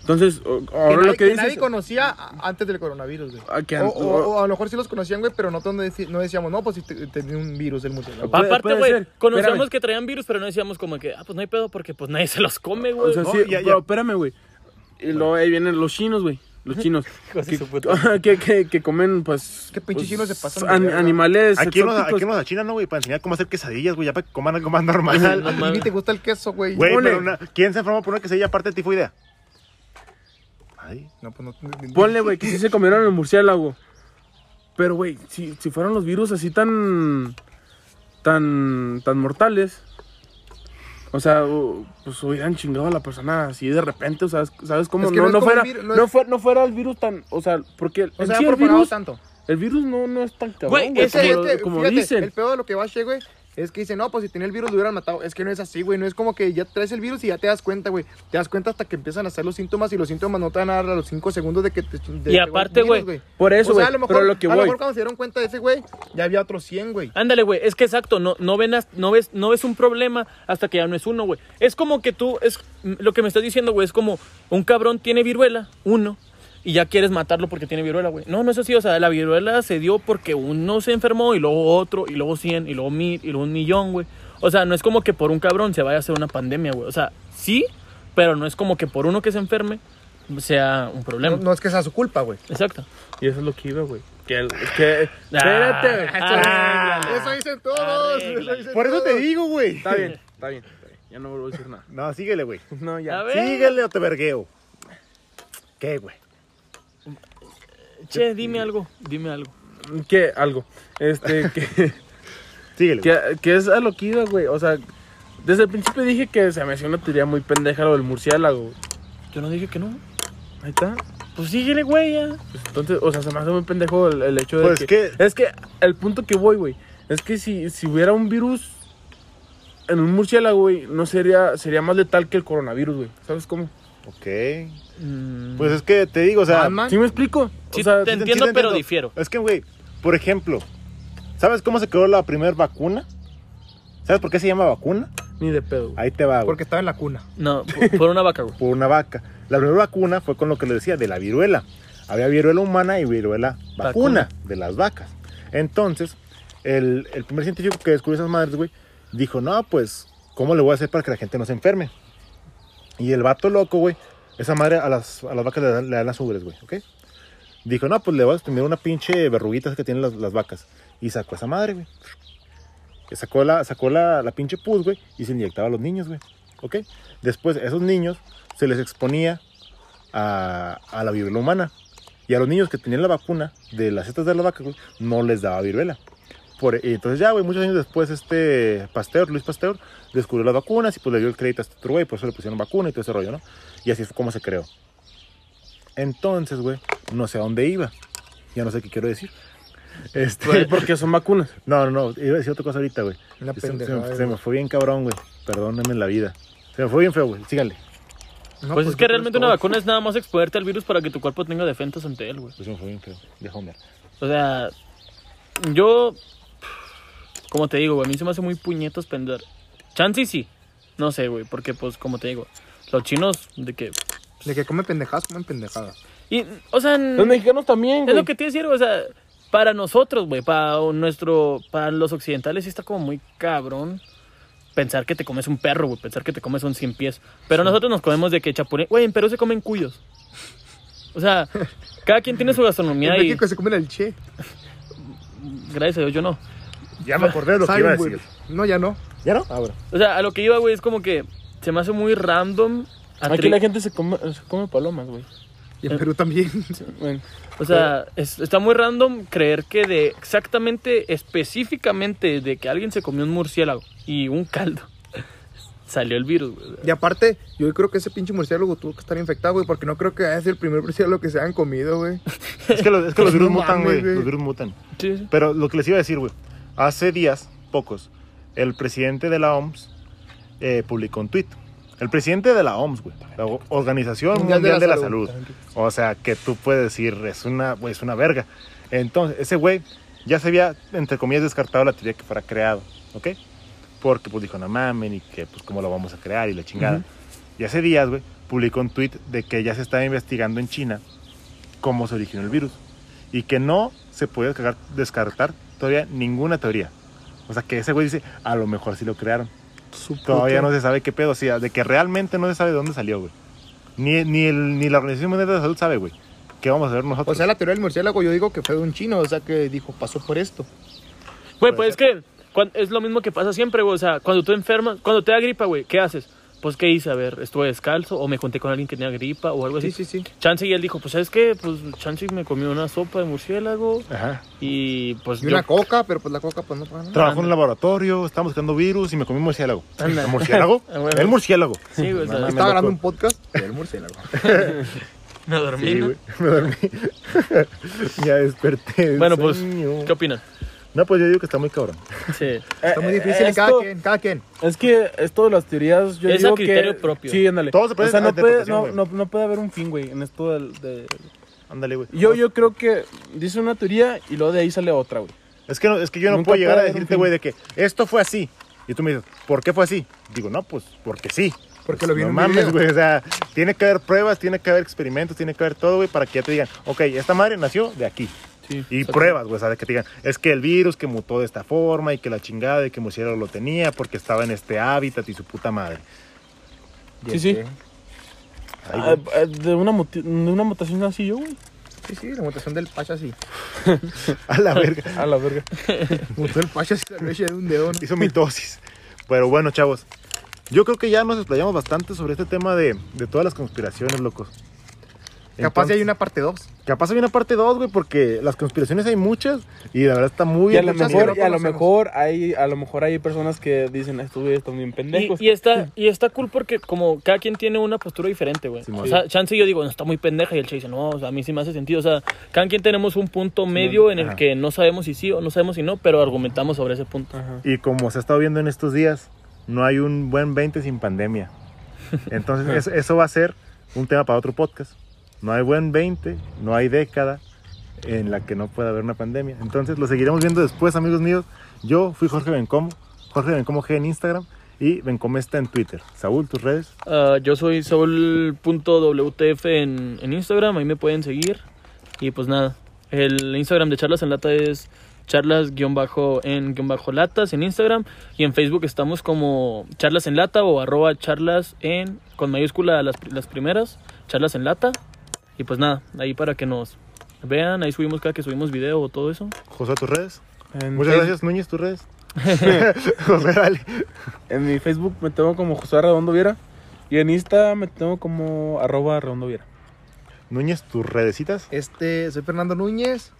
S4: Entonces, o-
S1: Que
S4: ahora
S1: nadie,
S4: lo que
S1: que
S4: dices...
S1: nadie conocía a- antes del coronavirus, güey.
S4: Ah, que
S1: O,
S4: an-
S1: o- o a lo mejor sí los conocían, güey, pero nosotros no, deci- no decíamos, no, pues si te- tenía un virus el murciélago.
S4: puede-
S3: Aparte,
S4: puede
S3: güey,
S4: ser.
S3: conocíamos
S4: Espérame.
S3: que traían virus, pero no decíamos como que, ah, pues no hay pedo porque pues nadie se los come, güey.
S4: O sea,
S2: No,
S4: sí,
S2: ya, ya.
S4: pero espérame, güey. Y luego ahí vienen los chinos, güey. Los chinos.
S3: Hijos de
S4: que,
S3: su puta.
S4: que, que- que comen, pues.
S1: Qué pinches chinos se pasan de
S4: an-
S1: verga.
S4: animales.
S2: Aquí unos,
S4: exóticos.
S2: aquí unos a China, ¿no, güey? Para enseñar cómo hacer quesadillas, güey, ya para que coman algo más normal.
S1: A ti ni te gusta el queso, güey.
S2: Güey,
S4: Ponle.
S2: pero una- ¿quién se enfermó por una quesadilla aparte de tifoidea? Ay,
S1: No, pues no.
S4: Ponle, güey, que sí se comieron el murciélago. Pero, güey, si, si fueran los virus así tan. tan. tan mortales. O sea, o- pues hubieran chingado a la persona así de repente, o sea, ¿sabes cómo?
S1: Es que
S4: no,
S1: no es
S4: no
S1: como
S4: fuera,
S1: un vir-
S4: no,
S1: no es-
S4: fue- no fuera el virus tan, o sea, porque
S1: O
S4: en
S1: sea,
S4: sí
S1: ha
S4: el
S1: propagado
S4: virus,
S1: tanto.
S4: el virus no, no es tan cabrón,
S3: Güey,
S4: güey,
S3: ese-
S4: como,
S1: Este,
S4: como
S1: fíjate,
S4: dicen.
S1: El pedo de lo que va Che, güey, es que dicen, no, pues si tenía el virus lo hubieran matado. Es que no es así, güey. No es como que ya traes el virus y ya te das cuenta, güey. Te das cuenta hasta que empiezan a hacer los síntomas y los síntomas no te van a dar a los 5 segundos de que te. de-
S3: Y
S1: de-
S3: aparte,
S1: virus,
S3: güey,
S4: por eso,
S1: O sea,
S4: güey,
S1: a lo mejor,
S4: pero lo que
S1: a
S4: voy.
S1: lo mejor cuando se dieron cuenta de ese, güey, ya había otros 100, güey.
S3: Ándale, güey, es que exacto, no, no, ven as- no, ves, no ves un problema hasta que ya no es uno, güey. Es como que tú, es m- lo que me estás diciendo, güey, es como un cabrón tiene viruela, uno, y ya quieres matarlo porque tiene viruela, güey. No, no es así, o sea, la viruela se dio porque uno se enfermó y luego otro, y luego 100, y luego mil, y luego un millón, güey. O sea, no es como que por un cabrón se vaya a hacer una pandemia, güey. O sea, sí, pero no es como que por uno que se enferme sea un problema.
S1: No, no es que sea su culpa, güey.
S3: Exacto.
S4: Y eso es lo que iba, güey. Que, el- que
S3: Ah,
S4: espérate, güey.
S3: ah,
S1: eso dicen todos. Eso dicen
S2: Por eso te
S1: todos.
S2: digo, güey.
S4: Está bien, está bien, está bien. Ya no vuelvo a decir nada. Ah.
S2: No, síguele, güey.
S4: No,
S3: A
S4: ya.
S3: ver.
S2: Síguele o te vergueo. ¿Qué, güey?
S3: Che, dime algo, dime algo.
S4: Que algo. Este, que,
S2: Síguele. güey.
S4: que, que es a lo que iba, güey. O sea, desde el principio dije que se me hacía una teoría muy pendeja lo del murciélago. güey.
S3: Yo no dije que no.
S4: Ahí está.
S3: Pues síguele, güey, ya.
S4: Pues entonces, o sea, se me hace muy pendejo el, el hecho de
S2: Pues
S4: que,
S2: que-
S4: Es que el punto que voy, güey, es que si, si hubiera un virus en un murciélago, güey, no sería, sería más letal que el coronavirus, güey. ¿Sabes cómo?
S2: Ok.
S3: Mm.
S2: Pues es que te digo, o sea.
S1: Batman.
S4: ¿Sí me explico? O
S3: Sí,
S4: sea,
S3: te
S2: sí
S3: entiendo, pero difiero.
S2: Es que, güey, por ejemplo, ¿sabes cómo se creó la primera vacuna? ¿Sabes por qué se llama vacuna?
S4: ni de pedo, güey.
S2: Ahí te va, güey.
S1: Porque estaba en la cuna.
S3: No, por, por una vaca, güey.
S2: Por una vaca. La primera vacuna fue con lo que le decía, de la viruela. Había viruela humana y viruela vacuna,
S3: Vacuna.
S2: de las vacas. Entonces, el, el primer científico que descubrió esas madres, güey, dijo, no, pues, ¿cómo le voy a hacer para que la gente no se enferme? Y el vato loco, güey, esa madre a las, a las vacas le dan, le dan las ubres, güey, ¿ok? Dijo, no, pues le voy a exprimir una pinche verruguita esa que tienen las, las vacas. Y sacó esa madre, güey. Sacó la, sacó la, la pinche pus, güey, y se inyectaba a los niños, güey. ¿Ok? Después, a esos niños se les exponía a, a la viruela humana. Y a los niños que tenían la vacuna de las setas de la vaca, güey, no les daba viruela. Por, y entonces ya, güey, muchos años después, este Pasteur, Luis Pasteur, descubrió las vacunas y pues le dio el crédito a este otro güey, por eso le pusieron vacuna y todo ese rollo, ¿no? Y así fue como se creó. Entonces, güey, no sé a dónde iba. Ya no sé qué quiero decir. Este,
S4: Porque son vacunas.
S2: no, no, no, iba a decir otra cosa ahorita, güey.
S1: Una
S2: Se- se me-
S1: pendejada,
S2: se,
S1: güey.
S2: me fue bien cabrón, güey. Perdóname la vida. Se me fue bien feo, güey. Síganle.
S1: No,
S3: pues es que
S1: yo
S3: realmente una
S1: creo
S3: vacuna es nada más exponerte al virus para que tu cuerpo tenga defensas ante él, güey.
S2: Pues se me fue bien feo. De Homer.
S3: O sea, yo. Como te digo, güey, a mí se me hace muy puñetos pender. Chance y sí. No sé, güey, porque, pues, como te digo, los chinos, de que.
S1: que- De que comen pendejadas, comen pendejadas.
S3: Y, o sea,
S4: Los mexicanos también,
S3: Mm. es
S4: güey.
S3: lo que te decir, o sea, para nosotros, güey, para nuestro. Para los occidentales sí está como muy cabrón. Pensar que te comes un perro, güey, pensar que te comes un cien pies. Pero nosotros nos comemos de que chapulín. Güey, en Perú se comen cuyos. O sea, cada quien tiene su gastronomía
S1: en
S3: y.
S1: México se comen el che.
S3: Gracias a Dios, yo no.
S2: Ya me acordé de lo que
S1: Saben,
S2: iba a
S1: güey.
S2: decir.
S1: No, ya no.
S2: ¿Ya
S4: Ah,
S2: no? Ahora.
S3: O sea, a lo que iba, güey, es como que se me hace muy random.
S4: Aquí
S3: atri-
S4: la gente se come, se come palomas, güey.
S1: Y en Perú también.
S4: Bueno,
S3: O sea, es- está muy random creer que de exactamente, específicamente de que alguien se comió un murciélago y un caldo, salió el virus, güey.
S1: Y aparte, yo creo que ese pinche murciélago tuvo que estar infectado, güey, porque no creo que haya sido el primer murciélago que se hayan comido, güey.
S2: Es que los, es que los
S1: No
S2: virus mutan,
S1: mames,
S2: güey.
S1: güey.
S2: Los virus mutan.
S3: Sí, sí.
S2: Pero lo que les iba a decir, güey. Hace días, pocos, el presidente de la OMS eh, publicó un tweet. El presidente de la OMS, güey. La O- Organización Mundial, de la, Salud. O sea, que tú puedes decir, es una, güey, es una verga. Entonces, ese güey ya se había, entre comillas, descartado la teoría que fuera creado, ¿ok? Porque pues dijo, no mamen, y que pues cómo lo vamos a crear y la chingada. Y hace días, güey, publicó un tweet de que ya se estaba investigando en China cómo se originó el virus. Y que no se puede descargar- descartar todavía ninguna teoría. O sea, que ese güey dice, a lo mejor sí lo crearon. Todavía no se sabe qué pedo, o sea, de que realmente no se sabe de dónde salió, güey. Ni, ni, el- ni la Organización Mundial de la Salud sabe, güey. ¿Qué vamos a ver
S1: O
S2: nosotros?
S1: sea, la teoría del murciélago yo digo que fue de un chino, o sea, que dijo, pasó por esto.
S3: Güey, pues es que cuan- es lo mismo que pasa siempre, güey. O sea, cuando tú enfermas, cuando te da gripa, güey, ¿qué haces? Pues, ¿qué hice? A ver, estuve descalzo o me junté con alguien que tenía gripa o algo
S2: Pues
S1: Sí,
S3: así.
S1: sí, sí.
S3: Chance y él dijo, pues, ¿sabes qué? Pues, Chance me comió una sopa de murciélago
S2: Ajá.
S3: y, pues,
S1: Y
S3: yo
S1: una coca, pero pues la coca, pues no para nada.
S2: Trabajó en un laboratorio, estamos buscando virus y me comí un murciélago.
S3: Anda.
S2: ¿El murciélago?
S3: Ah, bueno.
S2: El murciélago.
S3: Sí, güey, o sea,
S2: No mames,
S1: Estaba grabando
S2: loco.
S1: un podcast del murciélago.
S3: me dormí.
S2: Sí,
S3: ¿no?
S2: güey, me dormí. ya desperté. del
S3: Bueno, pues,
S2: sueño.
S3: ¿qué opinas?
S2: No, pues yo digo que está muy cabrón.
S3: Sí.
S1: Está muy
S4: Eh,
S1: difícil, cada
S4: esto-
S1: quien, cada quien.
S4: Es que esto de las teorías, yo
S3: Es a
S4: digo
S3: criterio
S4: que...
S3: propio.
S4: Sí, ándale.
S2: Todo se
S4: o
S2: puede-
S4: sea,
S2: a
S4: no puede,
S2: interpretación,
S4: no,
S2: güey.
S4: no- no puede haber un fin, güey, en esto del... de-
S2: Ándale, güey.
S4: Yo, yo creo que dice una teoría y luego de ahí sale otra, güey.
S2: Es que, no- es que yo no
S4: Nunca
S2: puedo llegar a
S4: puede haber
S2: decirte,
S4: un
S2: güey, de que esto fue así. Y tú me dices, ¿por qué fue así? Digo, no, pues porque sí.
S1: Porque
S2: Pues,
S1: lo vi en
S2: No
S1: un
S2: mames,
S1: video.
S2: güey. O sea, tiene que haber pruebas, tiene que haber experimentos, tiene que haber todo, güey, para que ya te digan, ok, esta madre nació de aquí.
S4: Sí.
S2: Y pruebas, güey, o sea, de que te digan, es que el virus que mutó de esta forma y que la chingada de que murciélago lo tenía porque estaba en este hábitat y su puta madre.
S4: Sí, sí.
S2: Ay,
S4: Ah,
S2: güey.
S4: ah, de, una muti- de una mutación así yo, güey.
S1: Sí, sí, la mutación del pacha, sí. Ah.
S2: A la verga.
S4: A la verga.
S1: Mutó el pacha, sí, la leche de un dedo. ¿no?
S2: hizo mitosis. Pero bueno, chavos, yo creo que ya nos explayamos bastante sobre este tema de, de todas las conspiraciones, locos.
S1: Capaz ya
S2: Entonces,
S1: hay una parte 2.
S2: Capaz hay una parte 2, güey, porque las conspiraciones hay muchas y la verdad está muy
S4: Y a lo
S2: entretenido.
S4: mejor, y a lo
S1: conocemos.
S4: mejor hay, a lo mejor hay personas que dicen estos güeyes están bien
S3: Y,
S4: pendejos.
S3: y está, y está cool porque como cada quien tiene una postura diferente, güey.
S2: Simón.
S3: o sea, Chance y yo digo, no, está muy pendeja. Y el Che dice, no, o sea, a mí sí me hace sentido. O sea, cada quien tenemos un punto medio en el
S2: Ajá.
S3: que no sabemos si sí o no sabemos si no, pero argumentamos sobre ese punto.
S4: Ajá.
S2: Y como se ha estado viendo en estos días, no hay un buen 20 sin pandemia. Entonces, es- eso va a ser un tema para otro podcast. No hay buen 20, no hay década en la que no pueda haber una pandemia. Entonces, lo seguiremos viendo después, amigos míos. Yo fui Jorge Bencomo, Jorge Bencomo G en Instagram y Bencomo está en Twitter. Saúl, tus redes.
S3: Ah, yo soy Saul.wtf en, en Instagram, ahí me pueden seguir. Y pues nada, el Instagram de Charlas en Lata es charlas-en-latas en Instagram. Y en Facebook estamos como charlas en lata o arroba charlas en, con mayúscula las, las primeras, charlas en lata. Y pues nada, ahí para que nos vean, ahí subimos cada que subimos video o todo eso.
S2: José, tus redes.
S4: En
S2: Muchas
S4: Face-
S2: gracias, Núñez, tus redes. José, dale.
S4: En mi Facebook me tengo como José Redondo Viera. Y en Insta me tengo como arroba Redondo Viera.
S2: Núñez, tus redecitas.
S1: Este, soy Fernando Núñez.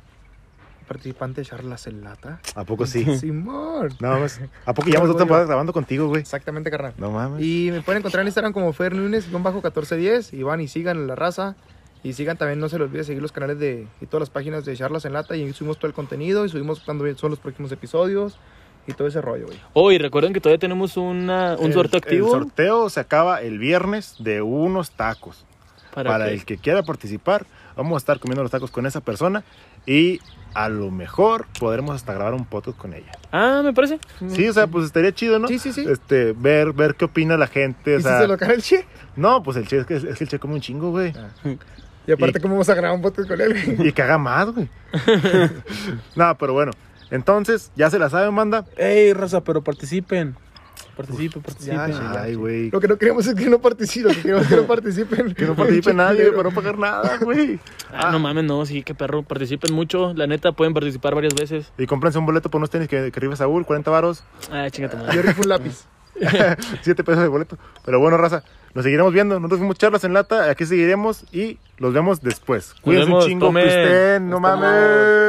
S1: participante de Charlas en Lata.
S2: ¿A poco sí?
S1: Simón.
S2: No, pues, ¿A poco llevamos dos temporadas grabando contigo, güey?
S1: Exactamente, carnal.
S2: No mames.
S1: Y me pueden encontrar en Instagram como Fer Nunes, bajo 1410. Y van y sigan a la raza. Y sigan también, no se les olvide seguir los canales de, y todas las páginas de Charlas en Lata. Y ahí subimos todo el contenido y subimos cuando son los próximos episodios y todo ese rollo, güey.
S3: Oh, y recuerden que todavía tenemos una, un
S2: El-
S3: sorteo activo.
S2: El sorteo se acaba el viernes de unos tacos. Para,
S3: que-
S2: el que quiera participar, vamos a estar comiendo los tacos con esa persona y a lo mejor podremos hasta grabar un podcast con ella.
S3: Ah, me parece.
S2: Sí, o sea, pues estaría chido, ¿no?
S1: Mm. Sí, sí, sí.
S2: Este, ver, ver qué opina la gente.
S1: ¿Y
S2: o
S1: si
S2: sea,
S1: se lo cae el che?
S2: No, pues el che es que, es que el che come un chingo, güey.
S1: Y aparte,
S2: Y-
S1: ¿cómo vamos a grabar un podcast con él? güey?
S2: Y que haga más, güey. Nada, pero bueno. Entonces, ya se la saben, manda.
S4: Ey, raza, pero participen. Participen, participen.
S1: pues, ya.
S2: Ay, güey.
S1: Lo que no queremos es que no participen, lo que queremos es que no participen.
S2: Que no participe nadie, güey, para no pagar nada, güey.
S3: Ah, no mames, no, sí, que perro. Participen mucho. La neta, pueden participar varias veces.
S2: Y cómprense un boleto por unos tenis que, que rifes Saúl, 40 varos,
S3: Ah, chingate madre.
S1: Yo rifo un lápiz.
S2: 7 pesos de boleto. Pero bueno, raza, nos seguiremos viendo. Nosotros fuimos charlas en lata, aquí seguiremos y los vemos después. Cuídense un
S3: vemos,
S2: chingo,
S3: tomen.
S2: que estén, no mames.